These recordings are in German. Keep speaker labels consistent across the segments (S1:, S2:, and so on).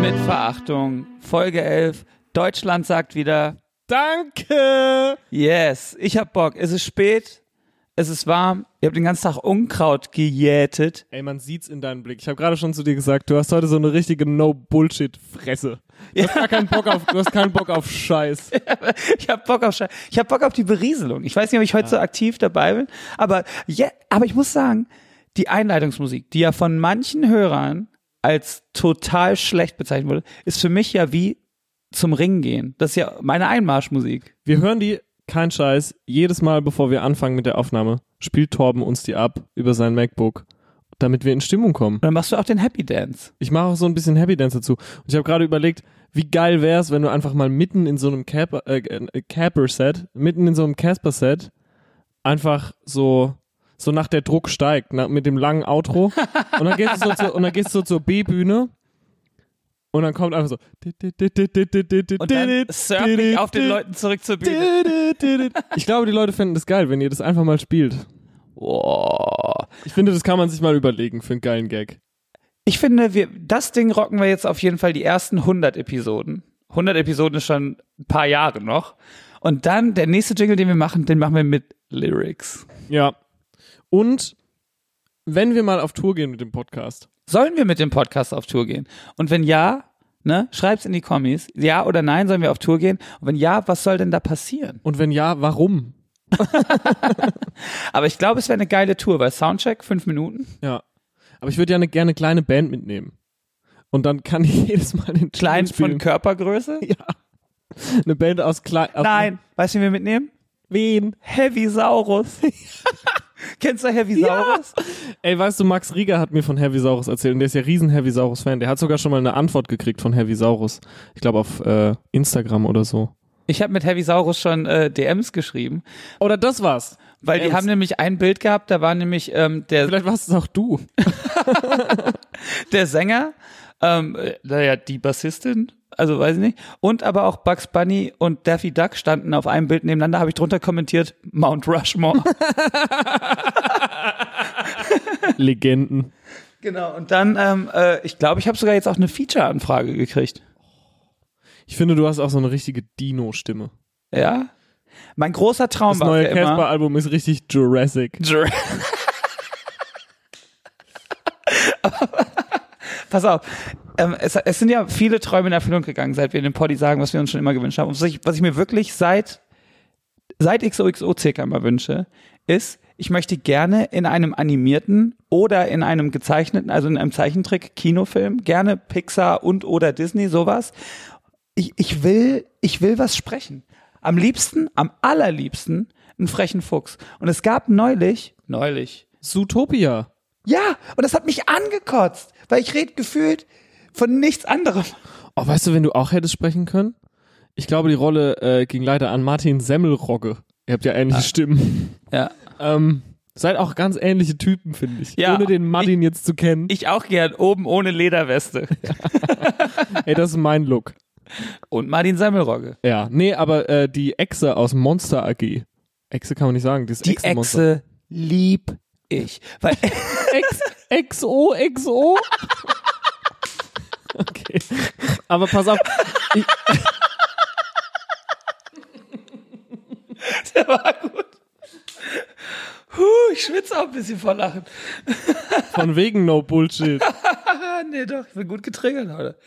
S1: Mit Verachtung, Folge 11, Deutschland sagt wieder,
S2: Danke!
S1: yes, ich hab Bock, es ist spät, es ist warm, ihr habt den ganzen Tag Unkraut gejätet.
S2: Ey, man sieht's in deinem Blick. Ich habe gerade schon zu dir gesagt, du hast heute so eine richtige No-Bullshit-Fresse. Du hast gar keinen Bock auf, du hast keinen Bock auf Scheiß.
S1: Ich hab Bock auf Sche- ich hab Bock auf die Berieselung. Ich weiß nicht, ob ich heute so aktiv dabei bin, aber ja, aber ich muss sagen, die Einleitungsmusik, die ja von manchen Hörern als total schlecht bezeichnet wurde, ist für mich ja wie zum Ringen gehen. Das ist ja meine Einmarschmusik.
S2: Wir hören die, kein Scheiß, jedes Mal, bevor wir anfangen mit der Aufnahme, spielt Torben uns die ab über sein MacBook, damit wir in Stimmung kommen.
S1: Und dann machst du auch den Happy Dance.
S2: Ich mache auch so ein bisschen Happy Dance dazu. Und ich habe gerade überlegt, wie geil wär's, wenn du einfach mal mitten in so einem Cap äh, äh, Capper-Set, mitten in so einem Casper-Set, einfach so, so nach der Druck steigt, nach, mit dem langen Outro. und, dann gehst du so zu, und dann gehst du so zur B-Bühne. Und dann kommt einfach so.
S1: Und dann surf ich auf den Leuten zurück zur Bühne.
S2: Ich glaube, die Leute finden das geil, wenn ihr das einfach mal spielt.
S1: Boah.
S2: Ich finde, das kann man sich mal überlegen für einen geilen Gag.
S1: Ich finde, wir, das Ding rocken wir jetzt auf jeden Fall die ersten 100 Episoden. 100 Episoden ist schon ein paar Jahre noch. Und dann der nächste Jingle, den wir machen, den machen wir mit Lyrics.
S2: Ja. Und wenn wir mal auf Tour gehen mit dem Podcast,
S1: Sollen wir mit dem Podcast auf Tour gehen? Und wenn ja, ne, schreib's in die Kommis. Ja oder nein, sollen wir auf Tour gehen? Und wenn ja, was soll denn da passieren?
S2: Und wenn ja, warum?
S1: Aber ich glaube, es wäre eine geile Tour, weil Soundcheck, fünf Minuten.
S2: Ja. Aber ich würde ja eine, gerne eine kleine Band mitnehmen. Und dann kann ich jedes Mal den
S1: Klein
S2: Jingle
S1: von Körpergröße.
S2: spielen. Eine Band aus klein. aus-
S1: Nein, weißt du, wen wir mitnehmen?
S2: Wen?
S1: Heavy Saurus. Kennst du Heavy Saurus?
S2: Ey, weißt du, Max Rieger hat mir von Heavy Saurus erzählt und der ist ja riesen Heavy Saurus Fan. Der hat sogar schon mal eine Antwort gekriegt von Heavy Saurus. Ich glaube auf äh, Instagram oder so.
S1: Ich habe mit Heavy Saurus schon äh, DMs geschrieben.
S2: Oder das war's.
S1: Weil die
S2: Ernst?
S1: haben nämlich ein Bild gehabt, da war nämlich ähm, der,
S2: Vielleicht warst es auch du.
S1: der Sänger, ähm, äh, naja, die Bassistin, also weiß ich nicht, und aber auch Bugs Bunny und Daffy Duck standen auf einem Bild nebeneinander, habe ich drunter kommentiert, Mount Rushmore.
S2: Legenden.
S1: genau, und dann, ähm, äh, ich glaube, ich habe sogar jetzt auch eine Feature-Anfrage gekriegt.
S2: Ich finde, du hast auch so eine richtige Dino-Stimme.
S1: Ja? Mein großer Traum
S2: Das
S1: war
S2: neue
S1: ja immer...
S2: Casper-Album ist richtig Jurassic.
S1: Jura- Pass auf. Ähm, es, es sind ja viele Träume in Erfüllung gegangen, seit wir in den Poddy sagen, was wir uns schon immer gewünscht haben. Und was ich, was ich mir wirklich seit, seit XOXO circa immer wünsche, ist, ich möchte gerne in einem animierten oder in einem gezeichneten, also in einem Zeichentrick-Kinofilm, gerne Pixar und oder Disney, sowas. Ich, ich will, ich will was sprechen. Am liebsten, am allerliebsten, einen frechen Fuchs. Und es gab neulich, neulich,
S2: Zootopia.
S1: ja, und das hat mich angekotzt, weil ich red gefühlt von nichts anderem.
S2: Oh, weißt du, wenn du auch hättest sprechen können? Ich glaube, die Rolle äh, ging leider an Martin Semmelrogge. Ihr habt ja ähnliche
S1: Ah.
S2: Stimmen.
S1: Ja.
S2: Ähm, seid auch ganz ähnliche Typen, finde ich.
S1: Ja,
S2: Ohne den Martin jetzt zu kennen.
S1: Ich auch gern oben ohne Lederweste.
S2: Ey, das ist mein Look.
S1: Und Martin Semmelrogge.
S2: Ja, nee, aber äh, die Echse aus Monster AG. Echse kann man nicht sagen.
S1: Die
S2: Echse.
S1: Echse lieb ich. Weil,
S2: Ex XO, XO. okay. Aber pass auf. Ich,
S1: der war gut. Huh, ich schwitze auch ein bisschen vor Lachen.
S2: von wegen No Bullshit.
S1: Ah, nee, doch, ich bin gut getriggert heute.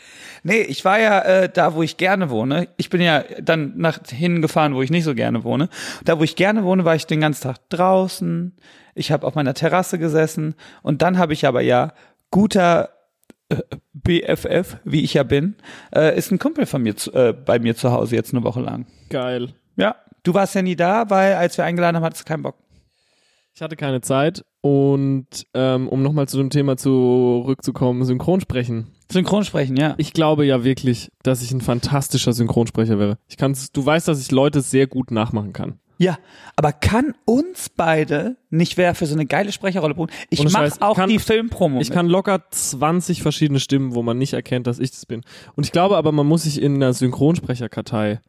S1: Nee, ich war ja äh, da, wo ich gerne wohne. Ich bin ja dann nach hingefahren, wo ich nicht so gerne wohne. Da, wo ich gerne wohne, war ich den ganzen Tag draußen. Ich habe auf meiner Terrasse gesessen. Und dann habe ich aber ja guter äh, BFF, wie ich ja bin, äh, ist ein Kumpel von mir zu, äh, bei mir zu Hause jetzt eine Woche lang.
S2: Geil.
S1: Ja, du warst ja nie da, weil als wir eingeladen haben, hattest du keinen Bock.
S2: Ich hatte keine Zeit und ähm, um nochmal zu dem Thema zurückzukommen, Synchronsprechen.
S1: Synchronsprechen, ja.
S2: Ich glaube ja wirklich, dass ich ein fantastischer Synchronsprecher wäre. Ich kann's, du weißt, dass ich Leute sehr gut nachmachen kann.
S1: Ja, aber kann uns beide nicht wer für so eine geile Sprecherrolle buchen? Ich
S2: Ohne
S1: mache
S2: Scheiß, ich
S1: auch
S2: kann-
S1: die Filmpromo.
S2: Ich
S1: mit.
S2: kann locker 20 verschiedene Stimmen, wo man nicht erkennt, dass ich das bin. Und ich glaube aber, man muss sich in einer Synchronsprecherkartei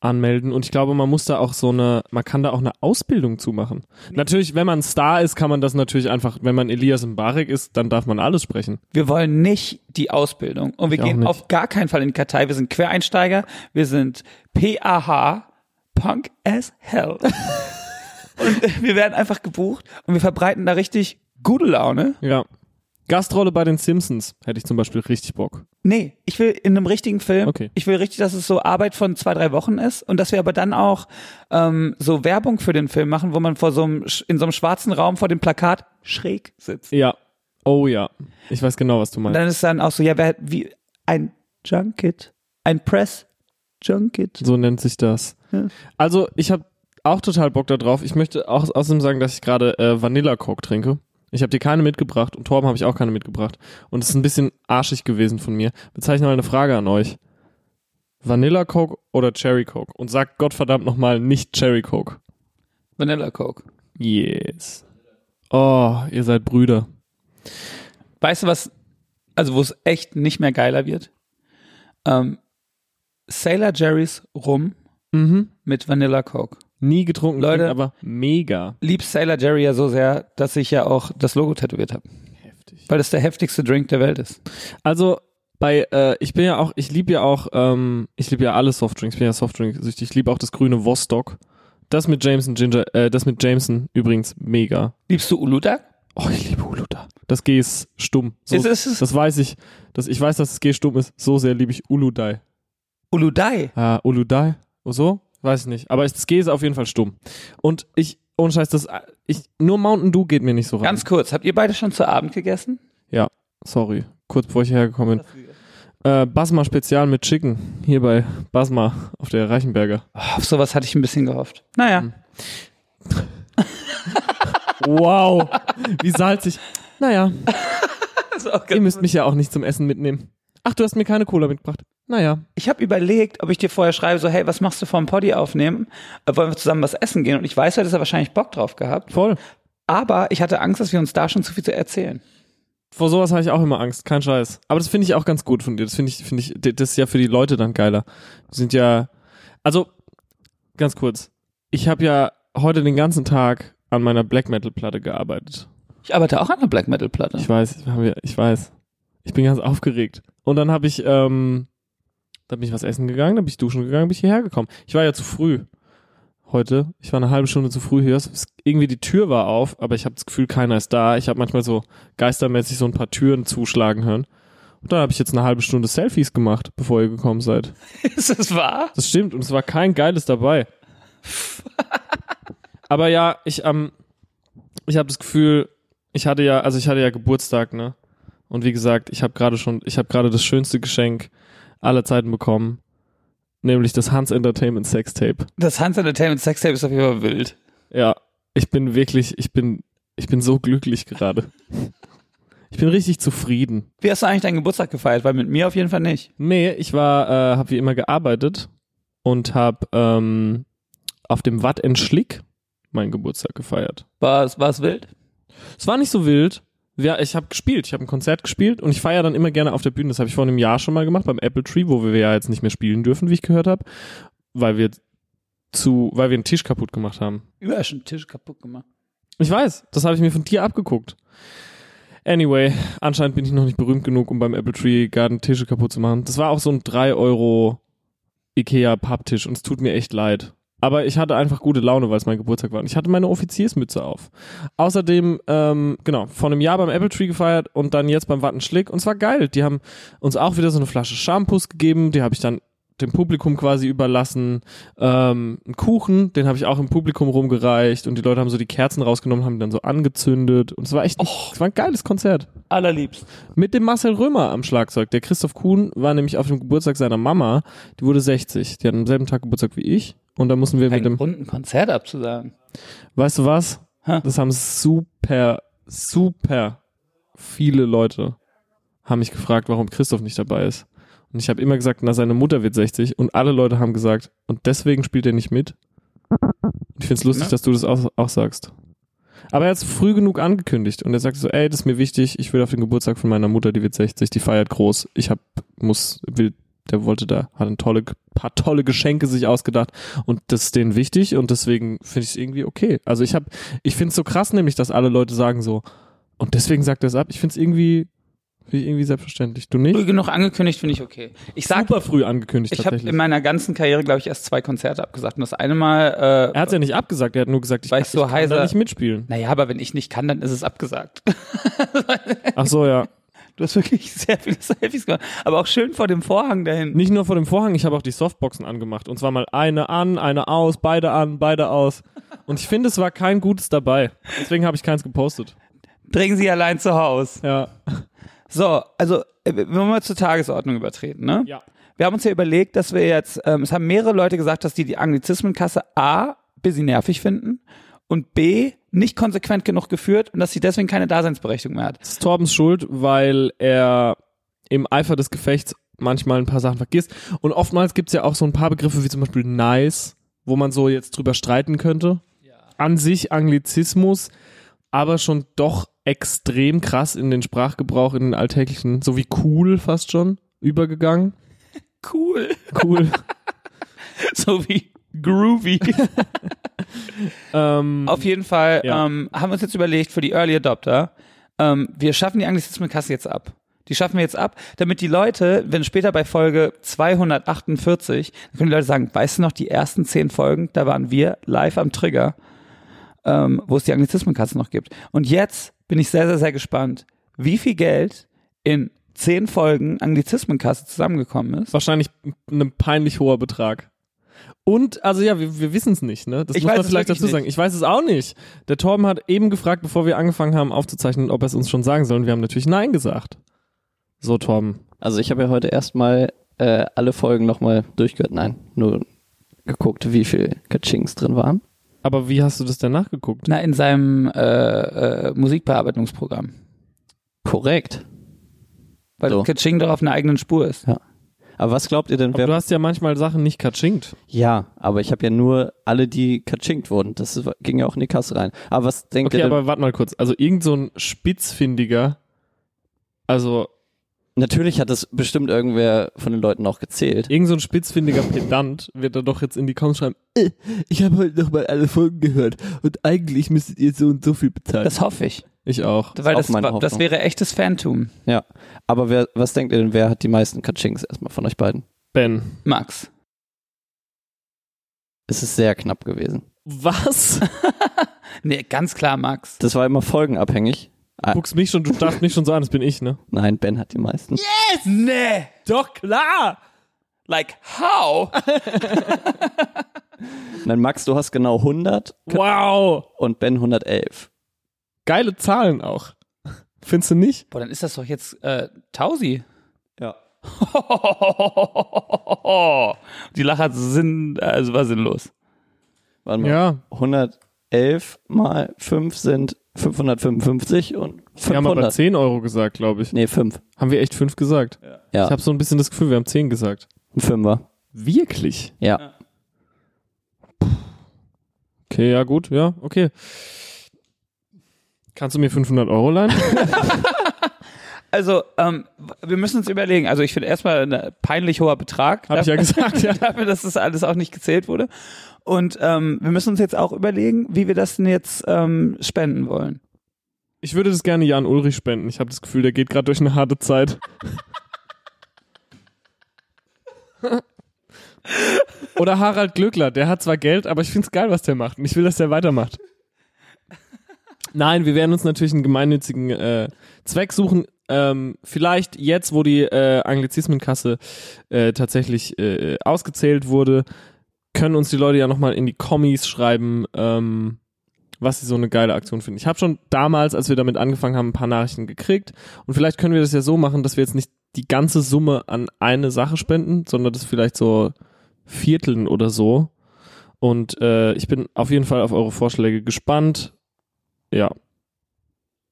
S2: anmelden und ich glaube, man muss da auch so eine, man kann da auch eine Ausbildung zu machen. Natürlich, wenn man Star ist, kann man das natürlich einfach, wenn man Elias Mbarek ist, dann darf man alles sprechen.
S1: Wir wollen nicht die Ausbildung. Und wir
S2: Ich auch
S1: gehen
S2: nicht.
S1: auf gar keinen Fall in die Kartei. Wir sind Quereinsteiger. Wir sind PAH, Punk as Hell. und äh, wir werden einfach gebucht und wir verbreiten da richtig gute Laune.
S2: Ja. Gastrolle bei den Simpsons hätte ich zum Beispiel richtig Bock.
S1: Nee, ich will in einem richtigen Film,
S2: Okay.
S1: ich will richtig, dass es so Arbeit von zwei, drei Wochen ist und dass wir aber dann auch ähm, so Werbung für den Film machen, wo man vor so einem, sch- in so einem schwarzen Raum vor dem Plakat schräg sitzt.
S2: Ja. Oh ja. Ich weiß genau, was du
S1: Und
S2: meinst.
S1: dann ist dann auch so, ja, wer, wie ein Junket, ein Press Junket.
S2: So nennt sich das.
S1: Ja.
S2: Also, ich habe auch total Bock da drauf. Ich möchte auch außerdem sagen, dass ich gerade äh, Vanilla Coke trinke. Ich habe dir keine mitgebracht und Torben habe ich auch keine mitgebracht. Und es ist ein bisschen arschig gewesen von mir. Bezeichne mal eine Frage an euch. Vanilla Coke oder Cherry Coke? Und sagt Gottverdammt nochmal nicht Cherry Coke.
S1: Vanilla Coke.
S2: Yes. Oh, ihr seid Brüder.
S1: Weißt du was, also wo es echt nicht mehr geiler wird? Ähm, Sailor Jerry's Rum
S2: Mhm.
S1: mit Vanilla Coke.
S2: Nie getrunken,
S1: Leute.
S2: klingt aber mega
S1: Lieb Sailor Jerry ja so sehr, dass ich ja auch das Logo tätowiert habe.
S2: heftig.
S1: Weil das der heftigste Drink der Welt ist.
S2: Also bei, äh, ich bin ja auch, ich liebe ja auch, ähm, ich liebe ja alle Softdrinks, ich bin ja Softdrink-süchtig, ich liebe auch das grüne Vostok. Das mit Jameson Ginger, äh, das mit Jameson übrigens mega.
S1: Liebst du Uludag?
S2: Oh, ich liebe Uluda. Das G ist stumm. So,
S1: Ist es- ist-
S2: das weiß ich. Das, ich weiß, dass das G stumm ist. So sehr liebe ich Uludai.
S1: Uludai?
S2: Ah, Uludai? Oh, so? Weiß ich nicht. Aber das G ist auf jeden Fall stumm. Und ich, ohne Scheiß, das, äh, ich, nur Mountain Dew geht mir nicht so rein.
S1: Ganz kurz, habt ihr beide schon zu Abend gegessen?
S2: Sorry, kurz bevor ich hierher gekommen bin. Äh, Basma Spezial mit Chicken. Hier bei Basma auf der Reichenberger.
S1: Auf sowas hatte ich ein bisschen gehofft. Naja,
S2: Wow, wie salzig. Naja,
S1: das ist auch
S2: ihr müsst mich ja auch nicht zum Essen mitnehmen. Ach, du hast mir keine Cola mitgebracht. Naja,
S1: Ich habe überlegt, ob ich dir vorher schreibe, so, hey, was machst du vorm Poddy aufnehmen? Äh, Wollen wir zusammen was essen gehen? Und ich weiß, du hättest da wahrscheinlich Bock drauf gehabt.
S2: voll.
S1: Aber ich hatte Angst, dass wir uns da schon zu viel zu erzählen.
S2: Vor sowas habe ich auch immer Angst, kein Scheiß. Aber das finde ich auch ganz gut von dir. Das finde ich, finde ich, d- das ist ja für die Leute dann geiler. Die sind ja, also ganz kurz. Ich habe ja heute den ganzen Tag an meiner Black Metal Platte gearbeitet.
S1: Ich arbeite auch an einer Black Metal Platte.
S2: Ich weiß, haben wir- ich weiß. Ich bin ganz aufgeregt. Und dann habe ich, ähm, da bin ich was essen gegangen, da bin ich duschen gegangen, bin ich hierher gekommen. Ich war ja zu früh heute. Ich war eine halbe Stunde zu früh hier. Es- Irgendwie die Tür war auf, aber ich habe das Gefühl, keiner ist da. Ich habe manchmal so geistermäßig so ein paar Türen zuschlagen hören. Und dann habe ich jetzt eine halbe Stunde Selfies gemacht, bevor ihr gekommen seid.
S1: Ist das wahr?
S2: Das stimmt und es war kein geiles dabei. Aber ja, ich ähm, ich habe das Gefühl, ich hatte ja, also ich hatte ja Geburtstag, ne? Und wie gesagt, ich habe gerade schon, ich habe gerade das schönste Geschenk aller Zeiten bekommen, nämlich das Hans Entertainment Sextape.
S1: Das Hans Entertainment Sextape ist auf jeden Fall wild.
S2: Ja, ich bin wirklich, ich bin ich bin so glücklich gerade. Ich bin richtig zufrieden.
S1: Wie hast du eigentlich deinen Geburtstag gefeiert? Weil mit mir auf jeden Fall nicht.
S2: Nee, ich war, äh, habe wie immer gearbeitet und habe ähm, auf dem Watt in Schlick meinen Geburtstag gefeiert.
S1: War es war es wild?
S2: Es war nicht so wild. Ja, ich habe gespielt, ich habe ein Konzert gespielt und ich feiere dann immer gerne auf der Bühne. Das habe ich vor einem Jahr schon mal gemacht beim Apple Tree, wo wir ja jetzt nicht mehr spielen dürfen, wie ich gehört habe, weil wir zu, weil wir einen Tisch kaputt gemacht haben.
S1: Überall schon Tisch kaputt gemacht.
S2: Ich weiß, das habe ich mir von dir abgeguckt. Anyway, anscheinend bin ich noch nicht berühmt genug, um beim Apple Tree Garden Tische kaputt zu machen. Das war auch so ein 3 Euro Ikea Papptisch und es tut mir echt leid. Aber ich hatte einfach gute Laune, weil es mein Geburtstag war. Und ich hatte meine Offiziersmütze auf. Außerdem, ähm, genau, vor einem Jahr beim Apple Tree gefeiert und dann jetzt beim Wattenschlick. Und es war geil. Die haben uns auch wieder so eine Flasche Shampoos gegeben. Die habe ich dann dem Publikum quasi überlassen ähm, einen Kuchen, den habe ich auch im Publikum rumgereicht und die Leute haben so die Kerzen rausgenommen, haben die dann so angezündet und es war echt, es war ein geiles Konzert.
S1: Allerliebst.
S2: Mit dem Marcel Römer am Schlagzeug. Der Christoph Kuhn war nämlich auf dem Geburtstag seiner Mama, die wurde 60, die hat am selben Tag Geburtstag wie ich und da mussten wir mit
S1: Ein
S2: dem,
S1: runden Konzert abzusagen.
S2: weißt du was?
S1: Hä?
S2: Das haben super, super viele Leute haben mich gefragt, warum Christoph nicht dabei ist. Und ich habe immer gesagt, na, seine Mutter wird 60. Und alle Leute haben gesagt, und deswegen spielt er nicht mit. Ich finde es lustig,
S1: Ja.
S2: dass du das auch, auch sagst. Aber er hat es früh genug angekündigt. Und er sagt so, ey, das ist mir wichtig, ich will auf den Geburtstag von meiner Mutter, die wird 60, die feiert groß. Ich hab, muss, will der wollte da, hat ein tolle, paar tolle Geschenke sich ausgedacht und das ist denen wichtig und deswegen finde ich es irgendwie okay. Also ich habe, ich finde es so krass nämlich, dass alle Leute sagen so und deswegen sagt er es ab. Ich finde es irgendwie, find ich irgendwie selbstverständlich. Du
S1: Früh
S2: nicht?
S1: genug angekündigt finde ich okay. Ich sag,
S2: Super früh angekündigt
S1: ich habe in
S2: tatsächlich.
S1: meiner ganzen Karriere, glaube ich, erst zwei Konzerte abgesagt. Und das eine Mal,
S2: Er
S1: äh,
S2: hat ja nicht abgesagt, er hat nur gesagt, ich,
S1: Weil
S2: kann,
S1: ich so
S2: ich kann
S1: heiser-
S2: da nicht mitspielen.
S1: naja, aber wenn ich nicht kann, dann ist es abgesagt.
S2: Ach so, ja.
S1: Du hast wirklich sehr viele Selfies gemacht. Aber auch schön vor dem Vorhang dahin.
S2: Nicht nur vor dem Vorhang, ich habe auch die Softboxen angemacht. Und zwar mal eine an, eine aus, beide an, beide aus. Und ich finde, es war kein Gutes dabei. Deswegen habe ich keins gepostet.
S1: Bringen sie allein zu Hause.
S2: Ja.
S1: So, also, äh, wenn wir mal zur Tagesordnung übertreten, ne?
S2: Ja.
S1: Wir haben uns ja überlegt, dass wir jetzt, ähm, es haben mehrere Leute gesagt, dass die die Anglizismenkasse A, busy nervig finden und B, nicht konsequent genug geführt und dass sie deswegen keine Daseinsberechtigung mehr hat.
S2: Es ist Torbens Schuld, weil er im Eifer des Gefechts manchmal ein paar Sachen vergisst. Und oftmals gibt es ja auch so ein paar Begriffe wie zum Beispiel nice, wo man so jetzt drüber streiten könnte. An sich Anglizismus, aber schon doch extrem krass in den Sprachgebrauch, in den alltäglichen, so wie cool fast schon, übergegangen.
S1: Cool.
S2: Cool.
S1: So wie groovy.
S2: ähm,
S1: Auf jeden Fall
S2: Ja.
S1: ähm, haben wir uns jetzt überlegt für die Early Adopter, ähm, wir schaffen die Anglizismenkasse jetzt ab. Die schaffen wir jetzt ab, damit die Leute, wenn später bei Folge 248, dann können die Leute sagen, weißt du noch, die ersten zehn Folgen, da waren wir live am Trigger, ähm, wo es die Anglizismenkasse noch gibt. Und jetzt bin ich sehr, sehr, sehr gespannt, wie viel Geld in zehn Folgen Anglizismenkasse zusammengekommen ist.
S2: wahrscheinlich ein peinlich hoher Betrag. Und, also ja, wir, wir wissen es nicht, ne? Das
S1: Ich
S2: muss
S1: weiß
S2: man
S1: es
S2: vielleicht
S1: wirklich
S2: dazu sagen. Ich weiß es auch nicht. Der Torben hat eben gefragt, bevor wir angefangen haben aufzuzeichnen, ob er es uns schon sagen soll. Und wir haben natürlich Nein gesagt. So, Torben.
S3: Also ich habe ja heute erstmal äh, alle Folgen nochmal durchgehört. Nein, nur geguckt, wie viel Kachings drin waren.
S2: Aber wie hast du das denn nachgeguckt?
S1: Na, in seinem äh, äh, Musikbearbeitungsprogramm.
S3: Korrekt.
S1: Weil
S3: So.
S1: das Kitsching doch auf einer eigenen Spur ist.
S3: Aber was glaubt ihr denn,
S2: Aber
S3: wer...
S2: du hast ja manchmal Sachen nicht katschingt.
S3: Ja, aber ich habe ja nur alle, die katschinkt wurden. Das ist- ging ja auch in die Kasse rein. Aber was denkt
S2: Okay,
S3: ihr denn?
S2: aber warte mal kurz. Also irgend so ein spitzfindiger, also
S3: Natürlich hat das bestimmt irgendwer von den Leuten auch gezählt.
S2: irgend so ein spitzfindiger Pedant wird da doch jetzt in die Comments schreiben,
S3: Äh, Ich habe heute nochmal alle Folgen gehört und eigentlich müsstet ihr so und so viel bezahlen.
S1: Das hoffe ich.
S2: ich auch.
S1: Weil
S3: auch
S1: das,
S3: meine
S1: war- das
S3: Hoffnung.
S1: wäre echtes Phantom,
S3: ja, aber wer, was denkt ihr denn, wer hat die meisten Kachings erstmal von euch beiden?
S2: Ben.
S1: Max.
S3: Es ist sehr knapp gewesen.
S2: Was?
S1: Nee, ganz klar Max.
S3: Das war immer folgenabhängig. Ah,
S2: guckst mich schon, du darfst mich schon so an, das bin ich, ne?
S3: nein, Ben hat die meisten.
S1: Nee.
S2: Doch, klar!
S1: Like how?
S3: Nein, Max, du hast genau 100
S2: Wow!
S3: und Ben 111.
S2: Geile Zahlen auch. Findest du nicht?
S1: Boah, dann ist das doch jetzt äh, Tausi.
S3: Ja.
S1: Die Lache hat Sinn, also war sinnlos.
S3: Warte mal. 111 mal 5 sind 555 und
S2: Wir haben aber
S3: 500.
S2: 10 Euro gesagt, glaube ich.
S3: nee, 5.
S2: Haben wir echt 5 gesagt? Ich
S3: Ja,
S2: habe so ein bisschen das Gefühl, wir haben 10 gesagt.
S3: ein Fünfer.
S2: Wirklich?
S3: Ja.
S2: Okay, ja gut, ja, okay. Kannst du mir 500 Euro leihen?
S1: Also, ähm, wir müssen uns überlegen. Also, ich finde erstmal ein peinlich hoher Betrag.
S2: Habe ich ja gesagt, ja.
S1: dafür, dass das alles auch nicht gezählt wurde. Und ähm, wir müssen uns jetzt auch überlegen, wie wir das denn jetzt ähm, spenden wollen.
S2: Ich würde das gerne Jan Ulrich spenden. Ich habe das Gefühl, der geht gerade durch eine harte Zeit. Oder Harald Glöckler, der hat zwar Geld, aber ich finde es geil, was der macht. Und ich will, dass der weitermacht. Nein, wir werden uns natürlich einen gemeinnützigen äh, Zweck suchen. Ähm, vielleicht jetzt, wo die äh, Anglizismenkasse äh, tatsächlich äh, ausgezählt wurde, können uns die Leute ja nochmal in die Kommis schreiben, ähm, was sie so eine geile Aktion finden. Ich habe schon damals, als wir damit angefangen haben, ein paar Nachrichten gekriegt. Und vielleicht können wir das ja so machen, dass wir jetzt nicht die ganze Summe an eine Sache spenden, sondern das vielleicht so Vierteln oder so. Und äh, ich bin auf jeden Fall auf eure Vorschläge gespannt. Ja.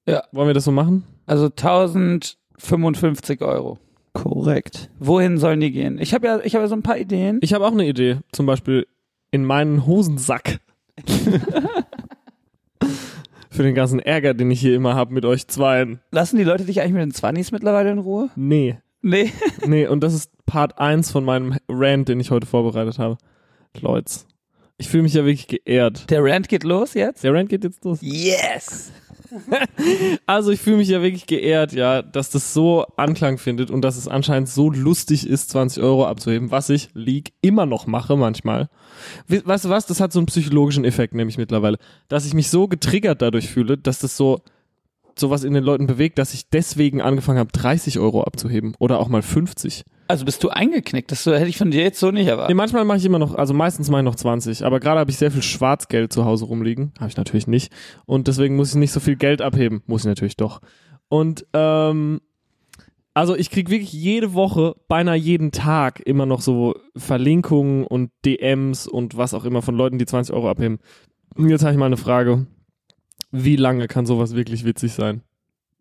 S1: Ja.
S2: Wollen wir das so machen?
S1: Also 1055 Euro.
S3: Korrekt.
S1: Wohin sollen die gehen? Ich habe ja, ich habe ja so ein paar Ideen.
S2: Ich habe auch eine Idee. Zum Beispiel in meinen Hosensack. Für den ganzen Ärger, den ich hier immer habe mit euch zweien.
S1: Lassen die Leute dich eigentlich mit den Zwannis mittlerweile in Ruhe?
S2: Nee.
S1: Nee.
S2: Nee, und das ist Part 1 von meinem Rant, den ich heute vorbereitet habe. Leute, ich fühle mich ja wirklich geehrt.
S1: Der Rant geht los jetzt?
S2: Der Rant geht jetzt los.
S1: Yes!
S2: Also ich fühle mich ja wirklich geehrt, ja, dass das so Anklang findet und dass es anscheinend so lustig ist, 20 Euro abzuheben, was ich League immer noch mache manchmal. We weißt du was? Das hat so einen psychologischen Effekt nämlich mittlerweile, dass ich mich so getriggert dadurch fühle, dass das so sowas in den Leuten bewegt, dass ich deswegen angefangen habe, 30 Euro abzuheben oder auch mal 50.
S1: Also bist du eingeknickt. Das hätte ich von dir jetzt so nicht
S2: Nee,
S1: erwartet.
S2: manchmal mache ich immer noch, also meistens mache ich noch 20, aber gerade habe ich sehr viel Schwarzgeld zu Hause rumliegen. Habe ich natürlich nicht. Und deswegen muss ich nicht so viel Geld abheben. Muss ich natürlich doch. Und ähm, also ich kriege wirklich jede Woche, beinahe jeden Tag immer noch so Verlinkungen und DMs und was auch immer von Leuten, die 20 Euro abheben. Und Jetzt habe ich mal eine Frage. Wie lange kann sowas wirklich witzig sein?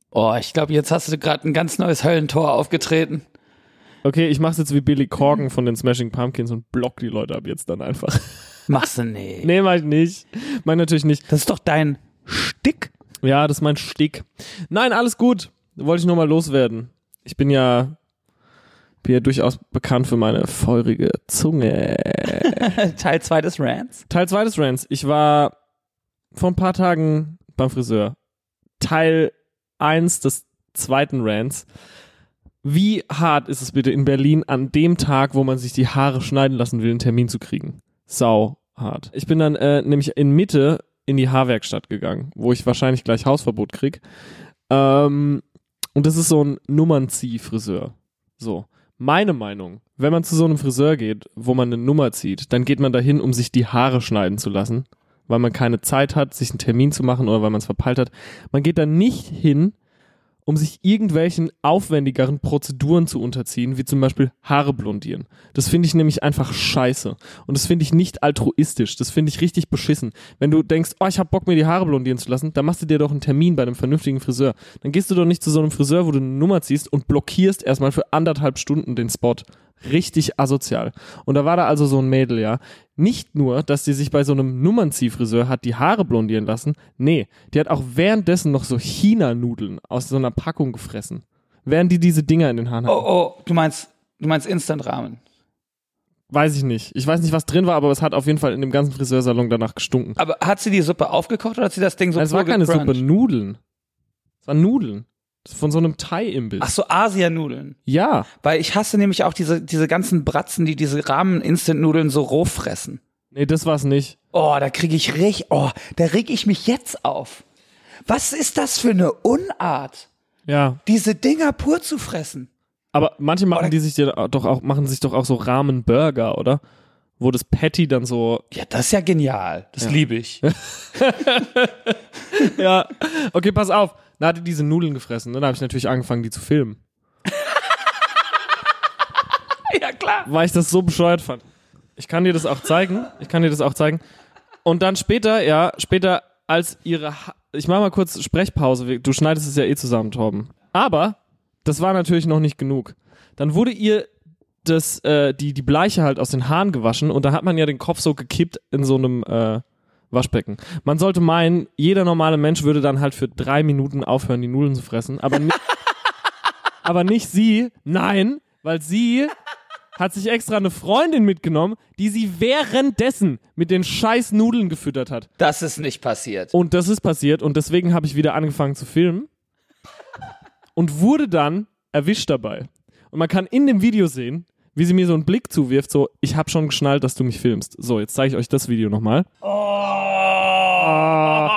S1: Oh, ich glaube, jetzt hast du gerade ein ganz neues Höllentor aufgetreten.
S2: Okay, ich mache es jetzt wie Billy Corgan von den Smashing Pumpkins und block die Leute ab jetzt dann einfach.
S1: Machst du nicht.
S2: nee, mach ich nicht. Mach ich natürlich nicht.
S1: Das ist doch dein Stick.
S2: Ja, das ist mein Stick. Nein, alles gut. Wollte ich nur mal loswerden. Ich bin ja, bin ja durchaus bekannt für meine feurige Zunge.
S1: Teil 2 des Rants.
S2: Teil 2 des Rants. Ich war vor ein paar Tagen beim Friseur. Teil 1 des zweiten Rants. Wie hart ist es bitte in Berlin an dem Tag, wo man sich die Haare schneiden lassen will, einen Termin zu kriegen? Sau hart. Ich bin dann äh, nämlich in Mitte in die Haarwerkstatt gegangen, wo ich wahrscheinlich gleich Hausverbot krieg. Ähm, und das ist so ein Nummernzieh-Friseur. So. Meine Meinung, wenn man zu so einem Friseur geht, wo man eine Nummer zieht, dann geht man dahin, um sich die Haare schneiden zu lassen, weil man keine Zeit hat, sich einen Termin zu machen oder weil man es verpeilt hat. Man geht da nicht hin, um sich irgendwelchen aufwendigeren Prozeduren zu unterziehen, wie zum Beispiel Haare blondieren. Das finde ich nämlich einfach scheiße. Und das finde ich nicht altruistisch. Das finde ich richtig beschissen. Wenn du denkst, oh, ich habe Bock, mir die Haare blondieren zu lassen, dann machst du dir doch einen Termin bei einem vernünftigen Friseur. Dann gehst du doch nicht zu so einem Friseur, wo du eine Nummer ziehst und blockierst erstmal für anderthalb Stunden den Spot. Richtig asozial. Und da war da also so ein Mädel, ja. Nicht nur, dass die sich bei so einem Nummernziehfriseur hat die Haare blondieren lassen. Nee, die hat auch währenddessen noch so China-Nudeln aus so einer Packung gefressen. Während die diese Dinger in den Haaren
S1: Oh,
S2: hat.
S1: oh, du meinst, du meinst Instant-Rahmen.
S2: Weiß ich nicht. Ich weiß nicht, was drin war, aber es hat auf jeden Fall in dem ganzen Friseursalon danach gestunken.
S1: Aber hat sie die Suppe aufgekocht oder hat sie das Ding so
S2: Nein, es war
S1: pur
S2: keine
S1: gecrunched?
S2: Suppe, Nudeln. Es waren Nudeln. Das ist Von so einem Thai-Imbiss.
S1: Ach so, Asianudeln.
S2: Ja.
S1: Weil ich hasse nämlich auch diese, diese ganzen Bratzen, die diese Rahmen-Instant-Nudeln so roh fressen.
S2: Nee, das war's nicht.
S1: Oh, da kriege ich richtig, oh, da reg ich mich jetzt auf. Was ist das für eine Unart,
S2: Ja.
S1: diese Dinger pur zu fressen?
S2: Aber manche machen
S1: Oder-
S2: die sich dir doch auch, machen sich doch auch so Ramen-Burger, oder? Wo das Patty dann so.
S1: Ja, das ist ja genial. Das liebe ich.
S2: Ja. Okay, pass auf. Dann hat die diese Nudeln gefressen. Dann habe ich natürlich angefangen, die zu filmen.
S1: ja, klar.
S2: weil ich das so bescheuert fand. Ich kann dir das auch zeigen. Ich kann dir das auch zeigen. Und dann später, ja, später als ihre. Ha ich mache mal kurz Sprechpause. Wir- Du schneidest es ja eh zusammen, Torben. Aber das war natürlich noch nicht genug. Dann wurde ihr das, äh, die, die Bleiche halt aus den Haaren gewaschen und da hat man ja den Kopf so gekippt in so einem äh, Waschbecken. Man sollte meinen, jeder normale Mensch würde dann halt für drei Minuten aufhören, die Nudeln zu fressen. Aber, ni aber nicht sie. Nein, weil sie hat sich extra eine Freundin mitgenommen, die sie währenddessen mit den scheiß Nudeln gefüttert hat.
S1: Das ist nicht passiert.
S2: Und das ist passiert und deswegen habe ich wieder angefangen zu filmen und wurde dann erwischt dabei. Und man kann in dem Video sehen, wie sie mir so einen Blick zuwirft, so, ich habe schon geschnallt, dass du mich filmst. So, jetzt zeige ich euch das Video nochmal.
S1: Oh.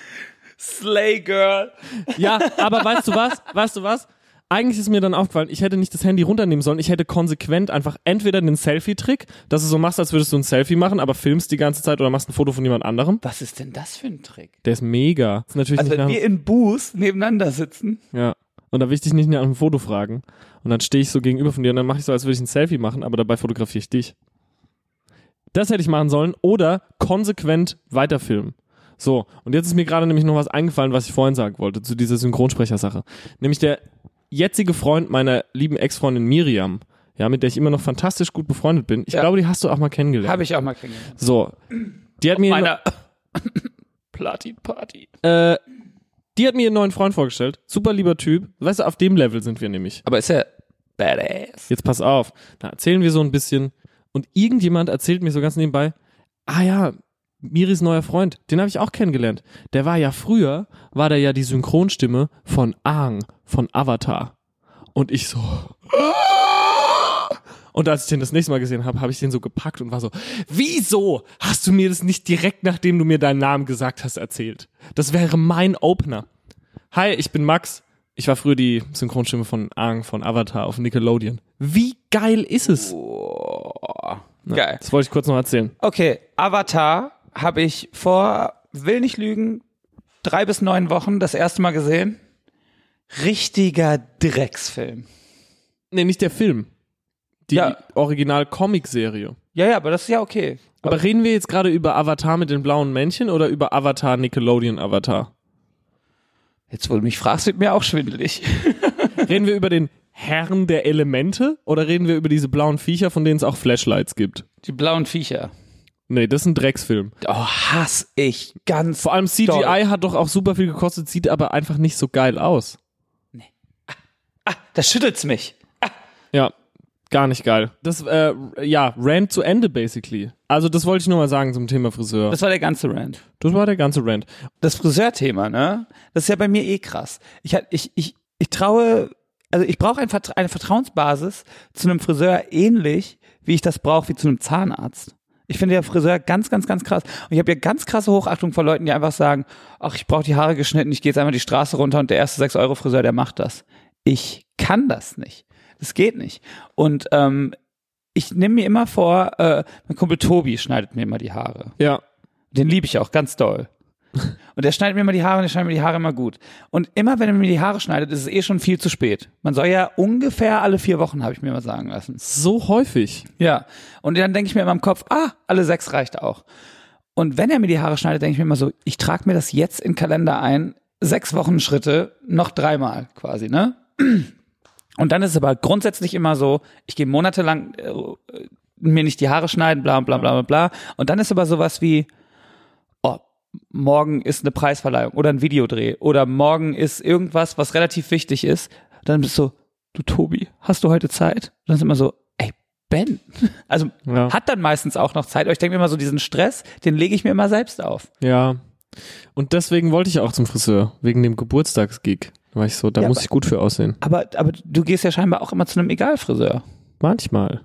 S1: Slay Girl.
S2: Ja, aber weißt du was? Weißt du was? Eigentlich ist mir dann aufgefallen, ich hätte nicht das Handy runternehmen sollen. Ich hätte konsequent einfach entweder den Selfie-Trick, dass du so machst, als würdest du ein Selfie machen, aber filmst die ganze Zeit oder machst ein Foto von jemand anderem.
S1: Was ist denn das für ein Trick?
S2: Der ist mega. Ist natürlich
S1: Also
S2: nicht nach,
S1: wenn wir in Boost nebeneinander sitzen.
S2: ja. Und da will ich dich nicht nach einem Foto fragen. Und dann stehe ich so gegenüber von dir und dann mache ich so, als würde ich ein Selfie machen, aber dabei fotografiere ich dich. Das hätte ich machen sollen oder konsequent weiterfilmen. So, und jetzt ist mir gerade nämlich noch was eingefallen, was ich vorhin sagen wollte, zu dieser Synchronsprechersache. Nämlich der jetzige Freund meiner lieben Ex-Freundin Miriam, ja, mit der ich immer noch fantastisch gut befreundet bin. Ich
S1: Ja.
S2: glaube, die hast du auch mal kennengelernt.
S1: Habe ich auch mal kennengelernt.
S2: so. Die hat mir
S1: Meiner Platin Party.
S2: äh, Die hat mir ihren neuen Freund vorgestellt. Super lieber Typ. Weißt du, auf dem Level sind wir nämlich.
S3: Aber ist ja badass.
S2: Jetzt pass auf. Da erzählen wir so ein bisschen. Und irgendjemand erzählt mir so ganz nebenbei, ah ja, Miris neuer Freund, den habe ich auch kennengelernt. Der war ja früher, war der ja die Synchronstimme von Aang, von Avatar. Und ich so. Und als ich den das nächste Mal gesehen habe, habe ich den so gepackt und war so, wieso hast du mir das nicht direkt, nachdem du mir deinen Namen gesagt hast, erzählt? Das wäre mein Opener. Hi, ich bin Max. Ich war früher die Synchronstimme von Aang von Avatar auf Nickelodeon. Wie geil ist es? Ja,
S1: Geil.
S2: Das wollte ich kurz noch erzählen.
S1: Okay, Avatar habe ich vor, will nicht lügen, drei bis neun Wochen das erste Mal gesehen. Richtiger Drecksfilm.
S2: Nee, nicht der Film. Die
S1: Ja.
S2: Original-Comic-Serie.
S1: Ja, ja, aber das ist ja okay.
S2: Aber reden wir jetzt gerade über Avatar mit den blauen Männchen oder über Avatar Nickelodeon Avatar?
S1: Jetzt, wo du mich fragst, wird mir auch schwindelig.
S2: Reden wir über den Herrn der Elemente oder reden wir über diese blauen Viecher, von denen es auch Flashlights gibt?
S1: Die blauen Viecher.
S2: Nee, das ist ein Drecksfilm.
S1: Oh, hasse ich ganz.
S2: Vor allem CGI
S1: doll.
S2: hat doch auch super viel gekostet, sieht aber einfach nicht so geil aus.
S1: Das schüttelt's mich.
S2: Ja, gar nicht geil. Das, äh, ja, Rant zu Ende basically. Also das wollte ich nur mal sagen zum Thema Friseur.
S1: Das war der ganze Rant.
S2: Das war der ganze Rant.
S1: das Friseurthema, ne? Das ist ja bei mir eh krass. Ich hat- ich ich ich traue, also ich brauche ein Vertra eine Vertrauensbasis zu einem Friseur ähnlich, wie ich das brauche wie zu einem Zahnarzt. Ich finde ja Friseur ganz, ganz, ganz krass. Und ich habe ja ganz krasse Hochachtung vor Leuten, die einfach sagen, ach, ich brauche die Haare geschnitten, ich gehe jetzt einmal die Straße runter und der erste 6-Euro-Friseur, der macht das. Ich kann das nicht. Das geht nicht. Und ähm, ich nehme mir immer vor, äh, mein Kumpel Tobi schneidet mir immer die Haare.
S2: Ja,
S1: Den liebe ich auch ganz doll. Und der schneidet mir immer die Haare und der schneidet mir die Haare immer gut. Und immer, wenn er mir die Haare schneidet, ist es eh schon viel zu spät. Man soll ja ungefähr alle vier Wochen, habe ich mir mal sagen lassen.
S2: so häufig.
S1: Ja. Und dann denke ich mir immer im Kopf, ah, alle sechs reicht auch. Und wenn er mir die Haare schneidet, denke ich mir immer so, ich trage mir das jetzt in den Kalender ein, sechs Wochen Schritte, noch dreimal quasi, ne? Und dann ist es aber grundsätzlich immer so, ich gehe monatelang äh, mir nicht die Haare schneiden, bla bla bla bla bla. Und dann ist aber sowas wie, oh, morgen ist eine Preisverleihung oder ein Videodreh oder morgen ist irgendwas, was relativ wichtig ist. Dann bist du so, du Tobi, hast du heute Zeit? Und dann ist immer so, ey, Ben. Also
S2: Ja.
S1: hat dann meistens auch noch Zeit. Aber ich denke mir immer so, diesen Stress, den lege ich mir immer selbst auf.
S2: Ja. Und deswegen wollte ich auch zum Friseur, wegen dem Geburtstagsgig. Da war ich so, da
S1: Ja,
S2: muss
S1: aber-
S2: ich gut für aussehen.
S1: Aber, aber du gehst ja scheinbar auch immer zu einem Egalfriseur.
S2: Manchmal.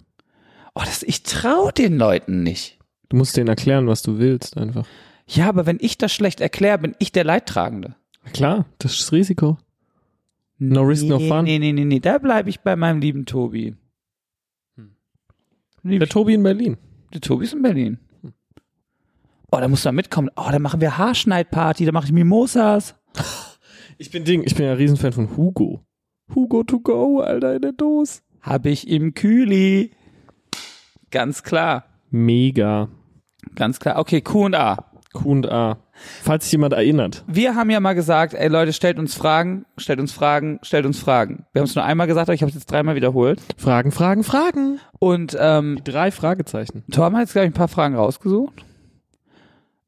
S1: Oh, das, ich traue den Leuten nicht.
S2: Du musst denen erklären, was du willst, einfach.
S1: Ja, aber wenn ich das schlecht erkläre, bin ich der Leidtragende.
S2: Na klar, das ist das Risiko. No risk, no fun.
S1: Nee, nee, nee, nee, da bleibe ich bei meinem lieben Tobi.
S2: Hm. Der Hm. Tobi in Berlin.
S1: Der Tobi ist in Berlin. Oh, da musst du mal mitkommen. Oh, da machen wir Haarschneidparty, da mache ich Mimosas.
S2: Ich bin Ding, ich bin ja Riesenfan von Hugo. Hugo to go, Alter, in der Dose.
S1: Hab ich im Kühli. Ganz klar,
S2: Mega.
S1: ganz klar. Okay, Q&A.
S2: Q&A. Falls sich jemand erinnert.
S1: Wir haben ja mal gesagt, ey Leute, stellt uns Fragen, stellt uns Fragen, stellt uns Fragen. Wir haben es nur einmal gesagt, aber ich habe es jetzt dreimal wiederholt.
S2: Fragen, Fragen, Fragen.
S1: Und ähm,
S2: Drei Fragezeichen.
S1: Tom hat jetzt, glaube ich, ein paar Fragen rausgesucht.